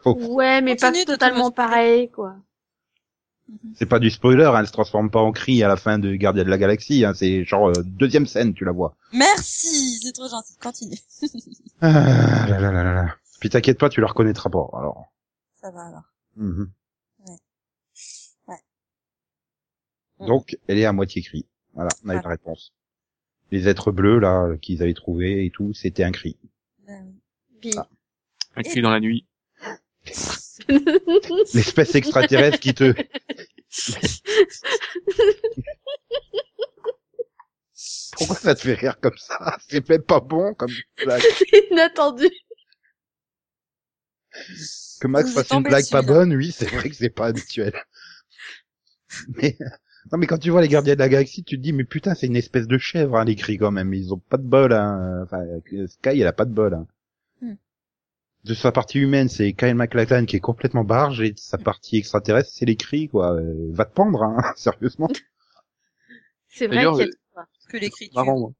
Speaker 1: Oh.
Speaker 4: Ouais, mais
Speaker 2: Continue
Speaker 4: pas
Speaker 2: de te
Speaker 4: totalement
Speaker 2: masturber.
Speaker 4: pareil, quoi.
Speaker 1: C'est pas du spoiler, hein, elle se transforme pas en cri à la fin de Gardiens de la Galaxie, hein, c'est genre euh, deuxième scène, tu la vois.
Speaker 2: Merci, c'est trop gentil. Continue.
Speaker 1: Ah, là, là, là, là, là. Puis t'inquiète pas, tu la reconnaîtras pas, alors.
Speaker 2: Ça va alors.
Speaker 1: Mhm.
Speaker 2: Ouais. Ouais.
Speaker 1: Donc, elle est à moitié cri. Voilà, on a eu
Speaker 2: Voilà.
Speaker 1: la réponse. Les êtres bleus, là, euh, qu'ils avaient trouvés et tout, c'était un cri.
Speaker 2: Euh,
Speaker 4: Puis,
Speaker 1: Ah.
Speaker 3: Un cri dans la nuit.
Speaker 1: L'espèce extraterrestre qui te... Pourquoi ça te fait rire comme ça C'est même pas bon comme blague.
Speaker 4: c'est inattendu.
Speaker 1: Que Max
Speaker 2: Vous
Speaker 1: fasse
Speaker 2: êtes
Speaker 1: une
Speaker 2: tombé
Speaker 1: blague
Speaker 2: dessus,
Speaker 1: pas
Speaker 2: là.
Speaker 1: bonne, oui, c'est vrai que c'est pas habituel. Mais non, mais quand tu vois les Gardiens de la Galaxie, tu te dis mais putain, c'est une espèce de chèvre hein, les cris quand même. Ils ont pas de bol. Hein. Enfin, Sky, elle a pas de bol. Hein.
Speaker 2: Hmm.
Speaker 1: de sa partie humaine, c'est Kyle MacLachlan qui est complètement barge et de
Speaker 2: Hmm.
Speaker 1: sa partie extraterrestre, c'est les cris, quoi. Euh, va te pendre, hein, sérieusement.
Speaker 4: C'est vrai
Speaker 3: D'ailleurs,
Speaker 4: qu'il y a
Speaker 1: euh,
Speaker 3: le-
Speaker 4: de quoi.
Speaker 2: que l'écriture.
Speaker 3: Marrant, moi.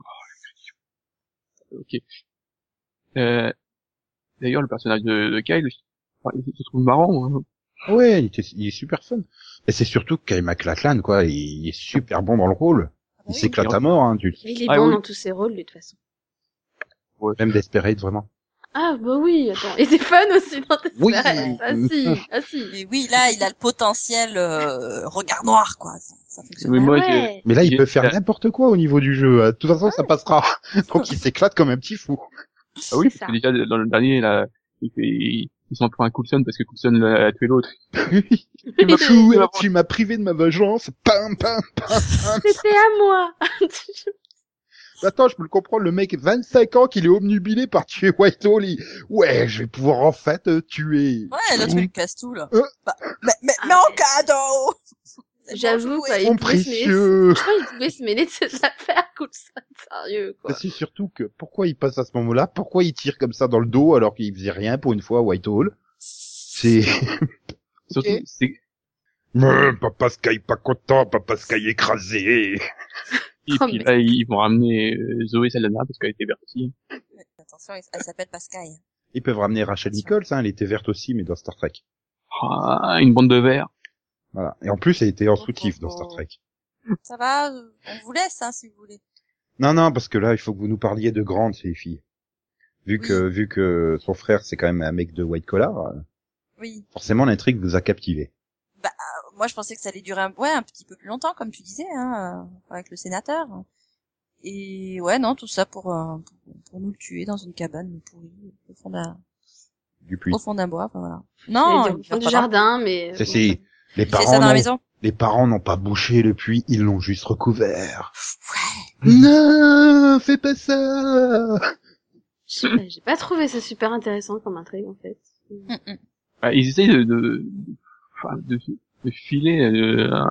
Speaker 3: Oh, le petit- Ok. Euh, D'ailleurs, le personnage de, de Kyle, je- enfin, je le trouve marrant. hein.
Speaker 1: Ouais, il, était- il est super fun. Et c'est surtout Kyle MacLachlan, quoi. Il, il est super bon dans le rôle.
Speaker 2: Ah
Speaker 1: Il
Speaker 2: oui.
Speaker 1: s'éclate à mort, hein, du,
Speaker 4: Mais Il est
Speaker 3: Ah
Speaker 4: bon
Speaker 3: oui.
Speaker 4: dans tous ses rôles, lui, de toute façon.
Speaker 1: même Desperate, vraiment.
Speaker 4: Ah, bah oui, attends. Et c'est fun aussi dans tes
Speaker 1: Oui.
Speaker 4: Ah si, ah si.
Speaker 2: Mais oui, là, il a le potentiel euh, regard noir, quoi. Ça, ça fonctionne.
Speaker 3: Mais
Speaker 4: Ah
Speaker 3: moi,
Speaker 4: ouais.
Speaker 1: Mais là, il
Speaker 3: Il-
Speaker 1: peut faire
Speaker 3: il a-
Speaker 1: n'importe quoi au niveau du jeu. hein. De toute
Speaker 4: Ah
Speaker 1: façon, ça passera. Donc, il s'éclate comme un petit fou.
Speaker 3: Ah oui, parce
Speaker 4: C'est ça.
Speaker 3: que déjà, dans le dernier, là, il, fait- il, il s'en prend à Coulson parce que Coulson l'a a tué l'autre.
Speaker 1: Tu m'as-
Speaker 3: Tu m'as-
Speaker 1: tu m'as privé de ma vengeance. Pam, pam, pam, pam.
Speaker 4: C'était à moi.
Speaker 1: Attends, je peux le comprendre, le mec 25 ans qu'il est obnubilé par tuer White Holly. Ouais, je vais pouvoir en fait euh, tuer.
Speaker 2: Ouais, l'autre,
Speaker 1: Mmh.
Speaker 2: il casse tout, là.
Speaker 1: Euh.
Speaker 2: Bah, mais, mais,
Speaker 4: Ah,
Speaker 2: mais en
Speaker 4: ouais.
Speaker 2: cadeau! C'est bon,
Speaker 4: J'avoue,
Speaker 2: joué.
Speaker 4: quoi. Il
Speaker 1: Mon
Speaker 4: pouvait se mêler-
Speaker 1: précieux.
Speaker 4: Je crois qu'il pouvait se mêler de ses affaires, cool, ça. Sérieux, quoi.
Speaker 1: C'est surtout que pourquoi il passe à ce moment-là Pourquoi il tire comme ça dans le dos alors qu'il faisait rien pour une fois à Whitehall C'est
Speaker 3: Surtout,
Speaker 1: Ok.
Speaker 3: c'est,
Speaker 1: Euh, Papa Sky pas content, Papa Sky écrasé.
Speaker 3: et
Speaker 4: Oh,
Speaker 3: puis
Speaker 4: mais-
Speaker 3: là, ils vont ramener euh, Zoé Saldana parce qu'elle était verte aussi.
Speaker 2: Attention, elle s'appelle Pascal.
Speaker 1: Ils peuvent ramener Rachel Nichols, hein, elle était verte aussi mais dans Star Trek.
Speaker 3: Ah, une bande de verre.
Speaker 1: Voilà. Et en plus, elle était en soutif dans Star Trek.
Speaker 2: Ça va? euh, On vous laisse, hein, si vous voulez.
Speaker 1: Non, non, parce que là, il faut que vous nous parliez de Grant, les filles. Vu que, vu que son frère, c'est quand même un mec de white collar, euh,
Speaker 2: Oui.
Speaker 1: forcément, l'intrigue vous a captivé.
Speaker 2: Euh, Moi, je pensais que ça allait durer un, ouais, un petit peu plus longtemps, comme tu disais, hein, euh, avec le sénateur. Et ouais, non, tout ça pour, euh, pour, pour nous le tuer dans une cabane pourrie, au fond d'un,
Speaker 1: Du puits.
Speaker 2: au fond d'un bois, enfin, voilà.
Speaker 4: J'allais
Speaker 2: Non,
Speaker 4: dire au
Speaker 2: il
Speaker 4: fond
Speaker 2: va
Speaker 4: du
Speaker 2: pas
Speaker 4: jardin, mais. euh,
Speaker 1: C'est- c'est- Les
Speaker 2: dans- il fait ça
Speaker 1: parents,
Speaker 2: dans la
Speaker 1: n'ont-
Speaker 2: maison.
Speaker 1: les parents n'ont pas bouché le puits, ils l'ont juste recouvert.
Speaker 2: Ouais.
Speaker 1: Non, fais pas ça.
Speaker 4: Je sais pas, J'ai pas trouvé ça super intéressant comme intrigue, en fait.
Speaker 2: Mm, mm.
Speaker 3: Ah, ils essayent de, de, enfin, de, de filer, euh, un-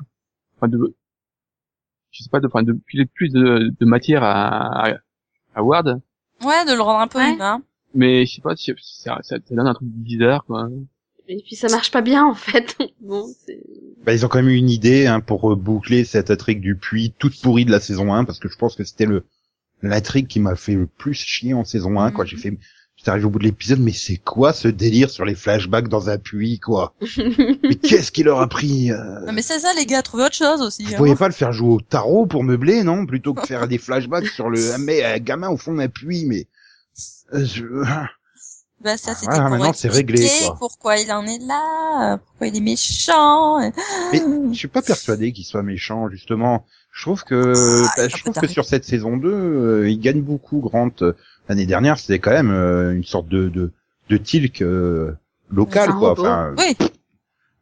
Speaker 3: enfin, de, je sais pas, de, enfin, de filer plus de, de matière à, à, à Ward.
Speaker 2: mm. Ouais, de le rendre un peu
Speaker 4: Ouais.
Speaker 2: humain.
Speaker 3: Mais je sais pas, je- ça, ça, ça donne un truc bizarre, quoi.
Speaker 4: Et puis ça marche pas bien, en fait. Donc, bon, c'est.
Speaker 1: Bah, ils ont quand même eu une idée hein, pour euh, boucler cette intrigue du puits toute pourrie de la saison 1, parce que je pense que c'était le l'intrigue qui m'a fait le plus chier en saison 1. Quoi,
Speaker 2: Mhm.
Speaker 1: j'ai fait, j'étais arrivé au bout de l'épisode, mais c'est quoi ce délire sur les flashbacks dans un puits, quoi Mais qu'est-ce qui leur a pris euh,
Speaker 2: Non, mais c'est ça, les gars, trouvez autre chose aussi.
Speaker 1: Vous
Speaker 2: hein.
Speaker 1: pourriez pas le faire jouer au tarot pour meubler, non Plutôt que faire des flashbacks sur le un mec- un gamin au fond d'un puits, mais Euh, je-
Speaker 2: Bah, ça, c'était
Speaker 1: Voilà,
Speaker 2: pour
Speaker 1: maintenant, c'est réglé,
Speaker 2: expliquer
Speaker 1: quoi.
Speaker 2: Pourquoi il en est là, euh, pourquoi il est méchant. euh.
Speaker 1: Mais je suis pas persuadé qu'il soit méchant, justement. Je trouve que, bah,
Speaker 2: Ah, ça
Speaker 1: je
Speaker 2: peut
Speaker 1: trouve que
Speaker 2: t'arriver.
Speaker 1: sur cette saison 2, euh, il gagne beaucoup, Grant. Euh, L'année dernière, c'était quand même euh, une sorte de, de, de tilk euh, local,
Speaker 4: C'est un
Speaker 1: quoi.
Speaker 4: robot.
Speaker 1: Enfin,
Speaker 2: Oui.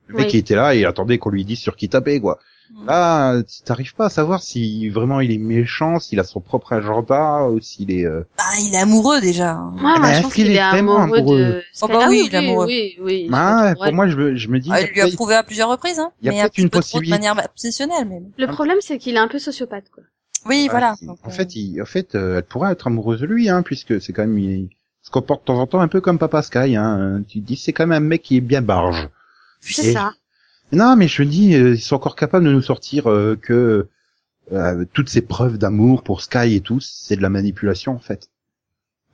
Speaker 1: le mec
Speaker 4: Oui.
Speaker 1: qui était là et il attendait qu'on lui dise sur qui taper, quoi.
Speaker 2: Mm.
Speaker 1: Là, euh, t'arrives pas à savoir si vraiment il est méchant, s'il a son propre agenda, ou s'il est... euh,
Speaker 2: Bah, il est amoureux, déjà. hein.
Speaker 4: Moi,
Speaker 1: Eh
Speaker 4: moi,
Speaker 1: ben,
Speaker 4: je
Speaker 1: est-ce
Speaker 4: pense
Speaker 1: qu'il
Speaker 4: qu'il
Speaker 1: est
Speaker 4: est
Speaker 1: vraiment
Speaker 4: amoureux
Speaker 1: amoureux
Speaker 4: de.
Speaker 2: Oh bah
Speaker 4: Ah
Speaker 2: oui,
Speaker 4: oui,
Speaker 2: il est amoureux.
Speaker 4: Oui, oui.
Speaker 1: Ah,
Speaker 4: Ouais.
Speaker 1: pour moi, je me, je me dis...
Speaker 2: Ah,
Speaker 1: il y a
Speaker 2: il lui a
Speaker 1: peut-être-
Speaker 2: prouvé à plusieurs reprises, hein.
Speaker 1: Il y a
Speaker 2: mais un
Speaker 1: peut-être
Speaker 2: petit
Speaker 1: une
Speaker 2: peu trop de
Speaker 1: possibilité.
Speaker 2: manière obsessionnelle, mais bon.
Speaker 4: Le problème, c'est qu'il est un peu sociopathe, quoi.
Speaker 2: Oui,
Speaker 1: Ouais,
Speaker 2: voilà.
Speaker 1: c'est-
Speaker 2: Donc,
Speaker 1: en
Speaker 2: euh,
Speaker 1: fait, il, en fait, euh, elle pourrait être amoureuse de lui, hein, puisque c'est quand même, il, se comporte de temps en temps un peu comme Papa Sky. Hein. Tu te dis, c'est quand même un mec qui est bien barge.
Speaker 4: C'est
Speaker 1: Et-
Speaker 4: ça.
Speaker 1: Non, mais je me dis, euh, ils sont encore capables de nous sortir euh, que euh, toutes ces preuves d'amour pour Sky et tout, c'est de la manipulation en fait,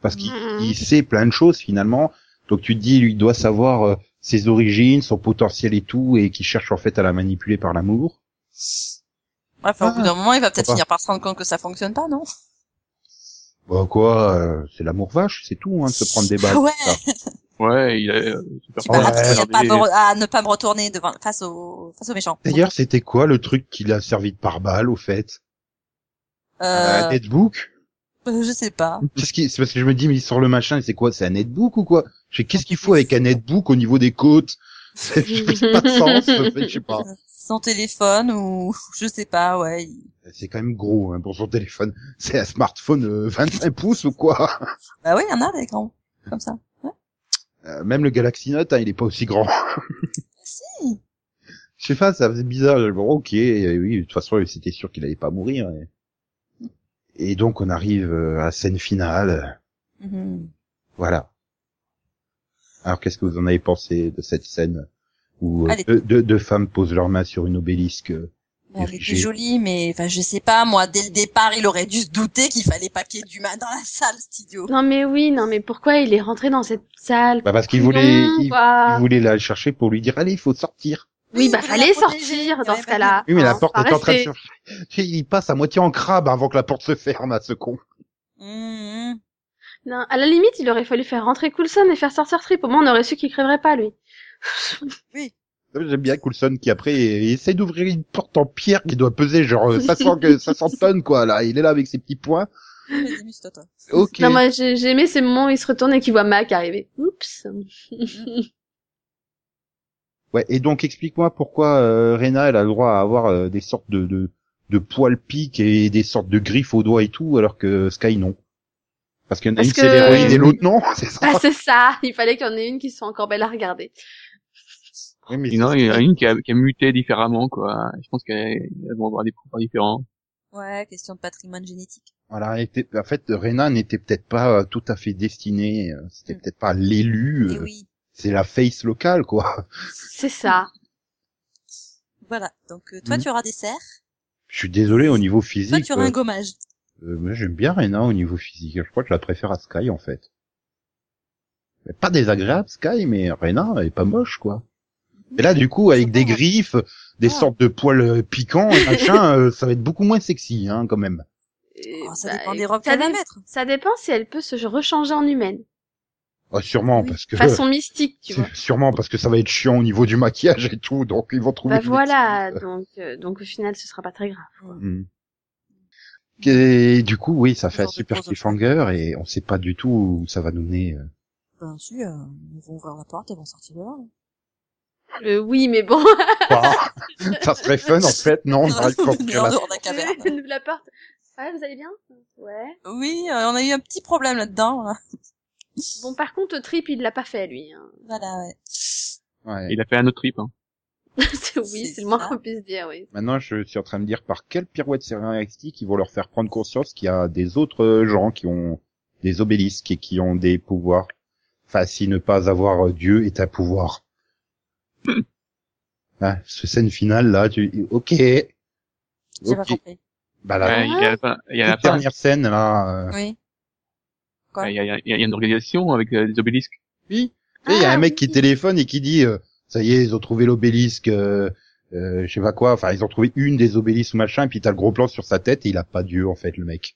Speaker 1: parce qu'il
Speaker 4: Mhm.
Speaker 1: il sait plein de choses finalement. Donc tu te dis, lui il doit savoir euh, ses origines, son potentiel et tout, et qu'il cherche en fait à la manipuler par l'amour.
Speaker 2: ouais, enfin, au bout d'un moment, il va peut-être
Speaker 1: Pourquoi
Speaker 2: finir par se rendre compte que ça fonctionne pas, non
Speaker 1: Bah quoi, euh, c'est l'amour vache, c'est tout, hein, de se prendre des balles.
Speaker 2: Ouais.
Speaker 1: comme ça.
Speaker 3: Ouais, il est euh, super
Speaker 2: Qui
Speaker 1: Ouais,
Speaker 2: m'a
Speaker 3: fort.
Speaker 2: appris à,
Speaker 3: Regardez,
Speaker 2: pas me re- à ne pas me retourner devant, face au, face au méchant.
Speaker 1: D'ailleurs, c'était quoi le truc qu'il a servi de pare-balles au fait Un Ah, bah,
Speaker 2: euh,
Speaker 1: netbook
Speaker 2: euh, je sais pas.
Speaker 1: Qu'est-ce qui C'est parce que je me dis, mais il sort le machin, et c'est quoi C'est un netbook ou quoi Je sais, qu'est-ce qu'il faut avec un netbook au niveau des côtes C'est- Ça n'a pas de sens, ça fait, je sais pas.
Speaker 2: Son téléphone ou, je sais pas, ouais. il-
Speaker 1: C'est quand même gros hein, pour son téléphone. C'est un smartphone euh, 25 pouces ou quoi
Speaker 2: Bah oui, il y en a des grands. Comme ça.
Speaker 1: Euh, Même le Galaxy Note, hein, il est pas aussi grand.
Speaker 2: Si.
Speaker 1: Je sais pas, ça faisait bizarre. Bon, ok, euh, oui, de toute façon, c'était sûr qu'il allait pas mourir. Et, et donc, on arrive euh, à la scène finale.
Speaker 2: Mhm.
Speaker 1: Voilà. Alors qu'est-ce que vous en avez pensé de cette scène où euh,
Speaker 2: Elle est-
Speaker 1: deux, deux- deux femmes posent leurs mains sur une obélisque
Speaker 2: Bon, Elle était
Speaker 1: J'ai-
Speaker 2: jolie, mais enfin, je sais pas, moi, dès le départ, il aurait dû se douter qu'il fallait pas qu'il y ait d'humains dans la salle, studio.
Speaker 4: mm. Non mais oui, non mais pourquoi il est rentré dans cette salle
Speaker 1: Bah parce qu'il
Speaker 4: Couillon,
Speaker 1: voulait, il,
Speaker 4: quoi.
Speaker 1: il voulait la chercher pour lui dire allez, il faut sortir.
Speaker 4: Oui, bah
Speaker 2: il
Speaker 4: fallait
Speaker 2: voulait la protéger,
Speaker 4: sortir
Speaker 2: il
Speaker 4: dans
Speaker 2: avait
Speaker 4: ce
Speaker 2: pas
Speaker 4: cas-là.
Speaker 1: Oui mais la
Speaker 4: hein,
Speaker 1: porte
Speaker 4: faut
Speaker 1: est en train de
Speaker 4: rester.
Speaker 1: chercher. Il passe à moitié en crabe avant que la porte se ferme à ce con.
Speaker 2: dit. Hum, hum.
Speaker 4: Non, à la limite, il aurait fallu faire rentrer Coulson et faire sortir Trip. Au moins, on aurait su qu'il crèverait pas, lui.
Speaker 1: J'aime bien Coulson qui après il essaie d'ouvrir une porte en pierre qui doit peser genre euh, 500, que- 500 tonnes quoi là. Il est là avec ses petits poings.
Speaker 2: Vas-y, amuse-toi, toi.
Speaker 1: Ok.
Speaker 4: Non, moi, j'ai j'ai aimé ces moments où il se retourne et qu'il voit Mac arriver. Oups.
Speaker 1: Ouais, et donc explique-moi pourquoi euh, Rena elle a le droit à avoir euh, des sortes de, de de poils piques et des sortes de griffes aux doigts et tout, alors que Sky non. Parce qu'il y en a
Speaker 4: Parce
Speaker 1: une
Speaker 4: que-
Speaker 1: c'est l'héroïne et l'autre non, c'est ça.
Speaker 4: Ah, c'est ça. Il fallait qu'il y en ait une qui soit encore belle à regarder.
Speaker 1: Oui, mais
Speaker 3: Sinon,
Speaker 1: c'est-
Speaker 3: il y en a une qui a, qui a muté différemment, quoi. Je pense qu'elles elles vont avoir des pouvoirs différents.
Speaker 2: Ouais, question de patrimoine génétique.
Speaker 1: Voilà, elle était- en fait Rena n'était peut-être pas euh, tout à fait destinée, euh, c'était
Speaker 2: Mm.
Speaker 1: peut-être pas l'élu,
Speaker 2: Et
Speaker 1: euh,
Speaker 2: Eh oui.
Speaker 1: c'est la face locale quoi.
Speaker 4: C'est ça.
Speaker 2: Voilà. Donc, euh, toi,
Speaker 1: Mhm.
Speaker 2: tu auras des serres.
Speaker 1: Je suis désolé au niveau
Speaker 2: Toi,
Speaker 1: physique.
Speaker 2: tu auras
Speaker 1: euh,
Speaker 2: un gommage.
Speaker 1: Euh, moi, j'aime bien Rena au niveau physique. Je crois que je la préfère à Sky, en fait. Mais pas désagréable, Sky, mais Rena elle est pas moche, quoi. Mais là, du coup, avec des griffes, des
Speaker 2: Ah.
Speaker 1: sortes de poils euh, piquants et machin, euh, ça va être beaucoup moins sexy, hein, quand même.
Speaker 4: Et,
Speaker 2: Oh, ça
Speaker 4: bah,
Speaker 2: dépend des robes
Speaker 4: ça
Speaker 2: qu'elle va
Speaker 4: dé-
Speaker 2: mettre.
Speaker 4: Ça dépend si elle peut se rechanger en humaine.
Speaker 1: Ah, sûrement,
Speaker 2: Oui,
Speaker 1: parce que...
Speaker 4: Façon mystique, tu vois.
Speaker 1: Sûrement, parce que ça va être chiant au niveau du maquillage et tout, donc ils vont trouver...
Speaker 4: Bah
Speaker 1: une
Speaker 4: voilà,
Speaker 1: excuse.
Speaker 4: donc, euh, donc au final, ce sera pas très grave.
Speaker 1: Mm. Et du coup, oui, ça fait un
Speaker 2: Genre de
Speaker 1: super
Speaker 2: pose au-
Speaker 1: cliffhanger et on sait pas du tout où ça va nous mener. euh.
Speaker 2: Ben, si, euh, ils vont ouvrir la porte, elles vont sortir de là. hein.
Speaker 4: Euh, oui, mais bon.
Speaker 1: Ah, ça serait fun, en fait. Non, on va le construire
Speaker 2: en
Speaker 1: la
Speaker 2: dehors de la caverne.
Speaker 4: Elle ouvre la porte. Ouais, vous allez bien Ouais.
Speaker 2: Oui, euh, on a eu un petit problème là-dedans. hein.
Speaker 4: Bon, par contre, Trip, il l'a pas fait, lui. hein.
Speaker 2: Voilà, ouais.
Speaker 1: Ouais.
Speaker 3: Il a fait un autre trip, hein.
Speaker 4: C'est- oui,
Speaker 2: C'est
Speaker 4: c'est le moins
Speaker 2: ça.
Speaker 4: qu'on puisse dire, oui.
Speaker 1: Maintenant, je suis en train de me dire par quelle pirouette scénaristique ils vont leur faire prendre conscience qu'il y a des autres euh, gens qui ont des obélisques et qui ont des pouvoirs. Enfin, si ne pas avoir euh, Dieu est un pouvoir. ah, ce scène finale là, tu... ok.
Speaker 2: J'ai pas
Speaker 1: Ok.
Speaker 2: compris.
Speaker 1: Bah la
Speaker 3: Ouais, Il y a la fin, il y a la
Speaker 1: toute
Speaker 3: fin.
Speaker 1: dernière scène là. euh,
Speaker 2: Oui.
Speaker 3: Il y a, il y a- il y a une organisation avec euh, des obélisques.
Speaker 1: Oui. Et il y a
Speaker 4: Ah,
Speaker 1: un mec qui
Speaker 4: oui.
Speaker 1: téléphone et qui dit, euh, ça y est, ils ont trouvé l'obélisque, euh, euh, je sais pas quoi. Enfin, ils ont trouvé une des obélisques ou machin. Et puis t'as le gros plan sur sa tête et il a pas Dieu en fait, le mec.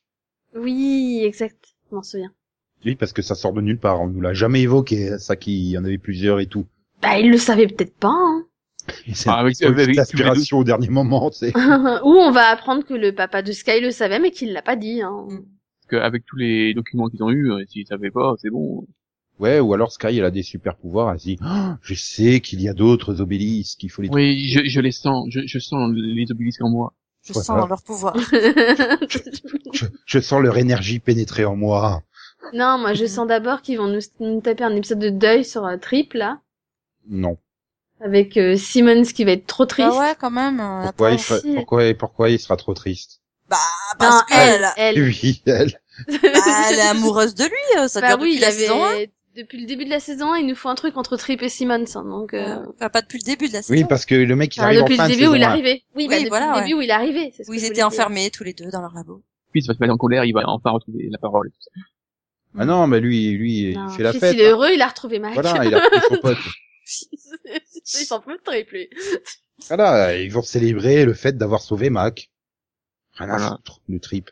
Speaker 4: Oui, exact. Je m'en souviens.
Speaker 1: Oui, parce que ça sort de nulle part. On nous l'a jamais évoqué, euh, ça qu'il y en avait plusieurs et tout.
Speaker 4: Bah, il le savait peut-être pas, hein.
Speaker 1: Et C'est
Speaker 3: Ah, avec-
Speaker 1: une
Speaker 3: avec-
Speaker 1: aspiration au dernier moment, c'est.
Speaker 4: Ou on va apprendre que le papa de Sky le savait, mais qu'il l'a pas dit, hein.
Speaker 2: Mm.
Speaker 3: Parce qu'avec euh, tous les documents qu'ils ont eus, euh, s'ils savaient pas, c'est bon.
Speaker 1: Ouais, ou alors Sky, elle a des super pouvoirs. Elle se dit, Ah, je sais qu'il y a d'autres obélisques, qu'il faut les.
Speaker 3: Oui, je, je les sens. Je, je sens les obélisques en moi.
Speaker 2: Je
Speaker 1: Voilà.
Speaker 2: sens dans leur pouvoir.
Speaker 1: Je, je sens leur énergie pénétrer en moi.
Speaker 4: non, moi, je sens d'abord qu'ils vont nous, nous taper un épisode de deuil sur euh, Trip, là.
Speaker 1: Non.
Speaker 4: Avec euh, Simmons qui va être trop triste.
Speaker 2: Ah ouais, quand même. euh, la
Speaker 1: Pourquoi il,
Speaker 2: pauvre.
Speaker 1: sera-
Speaker 4: aussi.
Speaker 1: pourquoi, pourquoi il sera trop triste
Speaker 2: Ah,
Speaker 4: Non,
Speaker 2: parce qu'elle,
Speaker 4: elle,
Speaker 2: elle,
Speaker 4: elle.
Speaker 1: Oui, elle.
Speaker 2: elle est amoureuse de lui. euh, Ça
Speaker 4: Bah
Speaker 2: dure depuis
Speaker 4: oui, il
Speaker 2: la
Speaker 4: y avait...
Speaker 2: saison un.
Speaker 4: Depuis le début de la saison, il nous faut un truc entre Trip et Simmons, hein, donc... euh,
Speaker 2: Euh, Enfin, pas depuis le début de la saison.
Speaker 1: Oui, parce que le mec, il
Speaker 4: Ah. enfin,
Speaker 1: arrive
Speaker 4: depuis
Speaker 1: en fin
Speaker 4: le
Speaker 1: de
Speaker 4: début où
Speaker 1: saison hein.
Speaker 4: il
Speaker 1: un.
Speaker 4: arrivait. Oui,
Speaker 2: Oui,
Speaker 4: bah, depuis
Speaker 2: voilà,
Speaker 4: le début où il arrivait. c'est ce
Speaker 2: Où
Speaker 4: que
Speaker 2: ils
Speaker 4: je
Speaker 2: étaient
Speaker 4: voulais dire.
Speaker 2: enfermés tous les deux dans leur labo.
Speaker 3: Puis, il va se mettre en colère, il va enfin retrouver la parole. et tout ça.
Speaker 1: Ah non, mais lui, lui,
Speaker 4: Non,
Speaker 1: il fait la
Speaker 4: fils,
Speaker 1: fête. hein.
Speaker 4: Il est heureux, il a retrouvé Mac.
Speaker 1: Voilà, il a pris son pote.
Speaker 4: il s'en peut très plus.
Speaker 1: Voilà, ils vont célébrer le fait d'avoir sauvé Mac. Rien à
Speaker 3: Voilà.
Speaker 1: foutre du trip.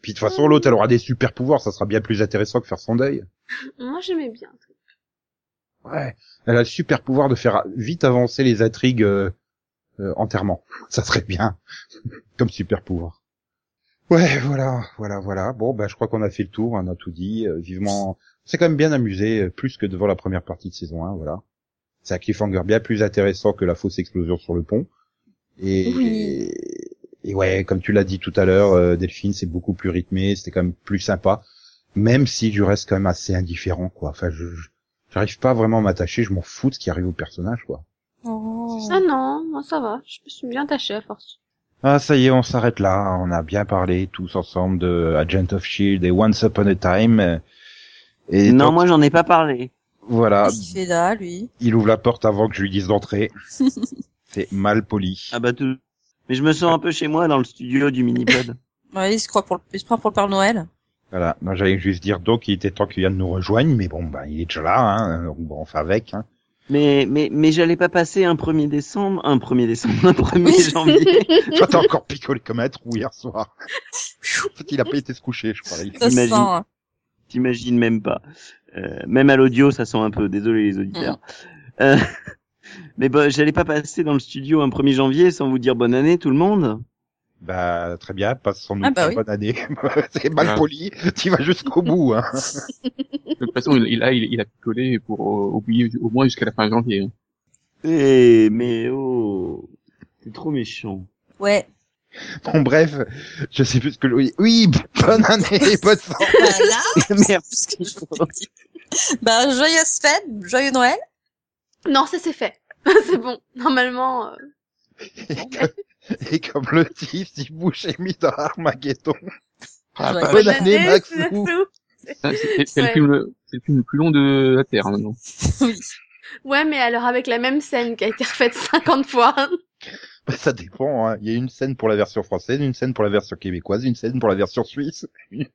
Speaker 1: Puis de toute façon, l'autre, elle aura des super pouvoirs, ça sera bien plus intéressant que faire son deuil.
Speaker 4: Moi, j'aimais bien.
Speaker 1: Ouais, elle a le super pouvoir de faire vite avancer les intrigues euh, euh, enterrement. Ça serait bien comme super pouvoir. Ouais, voilà, voilà, voilà. Bon, ben, je crois qu'on a fait le tour, on a tout dit. euh, vivement, c'est quand même bien amusé, euh, plus que devant la première partie de saison 1, voilà. C'est un cliffhanger bien plus intéressant que la fausse explosion sur le pont. Et,
Speaker 4: Oui.
Speaker 1: et ouais, comme tu l'as dit tout à l'heure, euh, Delphine, c'est beaucoup plus rythmé, c'était quand même plus sympa, même si je reste quand même assez indifférent, quoi. Enfin, je, je- j'arrive pas vraiment à m'attacher, je m'en fous de ce qui arrive au personnage, quoi.
Speaker 2: Oh.
Speaker 4: Ah non, moi, ça va. Je me suis bien attachée à force.
Speaker 1: Ah, ça y est, on s'arrête là. On a bien parlé tous ensemble E de Agent of Shield et Once Upon a Time. euh, Et
Speaker 5: non,
Speaker 1: donc-
Speaker 5: moi j'en ai pas parlé.
Speaker 1: Voilà,
Speaker 2: Qu'est-ce qu'il fait là, lui
Speaker 1: il ouvre la porte avant que je lui dise d'entrer. C'est mal poli.
Speaker 5: Ah bah tout. Mais je me sens un peu chez moi dans le studio du mini-pod.
Speaker 2: Ouais, il se croit pour le, il se prend pour le Père Noël.
Speaker 1: Voilà, moi j'allais juste dire donc il était temps qu'il Yann nous rejoigne, mais bon, bah, il est déjà là, hein, on va en faire avec. Hein.
Speaker 5: mais mais mais j'allais pas passer un 1er décembre, un 1er décembre, un 1er janvier.
Speaker 1: Toi, t'as encore picolé comme un trou hier soir. En fait, il a pas été se coucher, je crois.
Speaker 2: Ça se sent.
Speaker 5: Imagine.
Speaker 2: hein.
Speaker 5: T'imagines même pas. Euh, même à l'audio, ça sent un peu. Désolé les auditeurs. Euh, mais bah, j'allais pas passer dans le studio un 1er janvier sans vous dire bonne année tout le monde.
Speaker 1: Bah, très bien, passe sans nous
Speaker 2: Ah bah
Speaker 1: très
Speaker 2: oui. Ah.
Speaker 1: bonne année. C'est mal
Speaker 3: Ouais.
Speaker 1: poli, tu vas jusqu'au bout. Hein.
Speaker 3: De toute façon, il, il a, il, il a collé pour euh, oublier au moins jusqu'à la fin janvier. hein.
Speaker 5: Eh mais oh, c'est trop méchant.
Speaker 2: Ouais.
Speaker 1: Bon, bref, je sais plus ce que je... Oui, oui bonne année, bonne sang.
Speaker 2: Voilà.
Speaker 5: Merci.
Speaker 2: bah, joyeuse fête, joyeux Noël.
Speaker 4: Non, ça c'est fait. c'est bon. Normalement, euh,
Speaker 1: Et, que- et comme le dit, si Bush est mis dans Armageddon.
Speaker 3: Ah,
Speaker 2: Ouais.
Speaker 3: bah,
Speaker 1: Bonne année, Maxou.
Speaker 4: c'est tout.
Speaker 3: c'est- c'est c'est le
Speaker 4: Ouais.
Speaker 3: film, le- c'est le film le plus long de la Terre hein, maintenant.
Speaker 2: oui.
Speaker 4: Ouais, mais alors avec la même scène qui a été refaite 50 fois.
Speaker 1: Bah, ça dépend, hein. il y a une scène pour la version française, une scène pour la version québécoise, une scène pour la version suisse.
Speaker 4: Et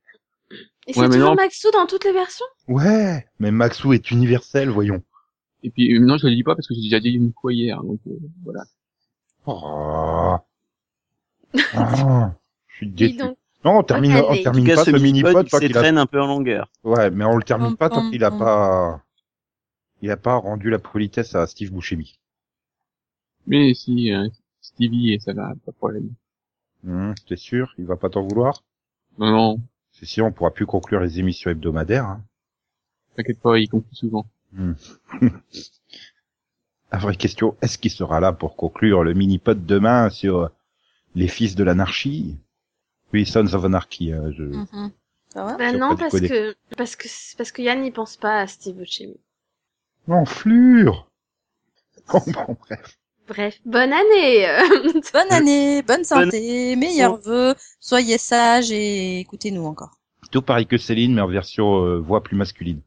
Speaker 3: Ouais,
Speaker 4: c'est
Speaker 3: mais
Speaker 4: toujours
Speaker 3: non.
Speaker 4: Maxou dans toutes les versions
Speaker 1: Ouais, mais Maxou est universel, voyons.
Speaker 3: Et puis euh, non, je le dis pas parce que j'ai déjà dit une fois hier. Donc euh, voilà.
Speaker 1: Oh. Ah, je suis
Speaker 4: Dis
Speaker 1: déçu.
Speaker 4: donc.
Speaker 1: Non, on termine,
Speaker 4: Allez.
Speaker 1: on
Speaker 5: En tout
Speaker 1: termine
Speaker 5: cas,
Speaker 1: pas
Speaker 5: ce
Speaker 1: ce
Speaker 5: mini-pod
Speaker 1: mini-pod tant
Speaker 5: qui
Speaker 1: qu'il a...
Speaker 5: s'étraîne un peu en longueur.
Speaker 1: Ouais, mais on le termine
Speaker 2: Pom,
Speaker 1: pas tant
Speaker 2: pom,
Speaker 1: qu'il a
Speaker 2: pom.
Speaker 1: pas, il a pas rendu la politesse à Steve Buscemi.
Speaker 3: Mais si euh, Stevie, ça va, pas de problème.
Speaker 1: Hum, T'es sûr? Il va pas t'en vouloir?
Speaker 3: Non, non,
Speaker 1: C'est si on pourra plus conclure les émissions hebdomadaires, hein.
Speaker 3: t'inquiète pas, il compte souvent.
Speaker 1: La vraie question, est-ce qu'il sera là pour conclure le mini-pod demain sur euh, les fils de l'anarchie? Oui, Sons of Anarchy, euh, je...
Speaker 2: Mhm. Ça va
Speaker 4: Bah
Speaker 1: Sur
Speaker 4: non,
Speaker 1: pas
Speaker 4: parce
Speaker 1: déconner.
Speaker 4: que, parce que, parce que Yann n'y pense pas à Steve Buscemi.
Speaker 1: Enflure! Bon, bon, bref.
Speaker 4: Bref, bonne année euh.
Speaker 2: Bonne année, bonne
Speaker 5: Bonne-
Speaker 2: santé, meilleurs vœux, soyez sages et écoutez-nous encore.
Speaker 1: Tout pareil que Céline, mais en version euh, voix plus masculine.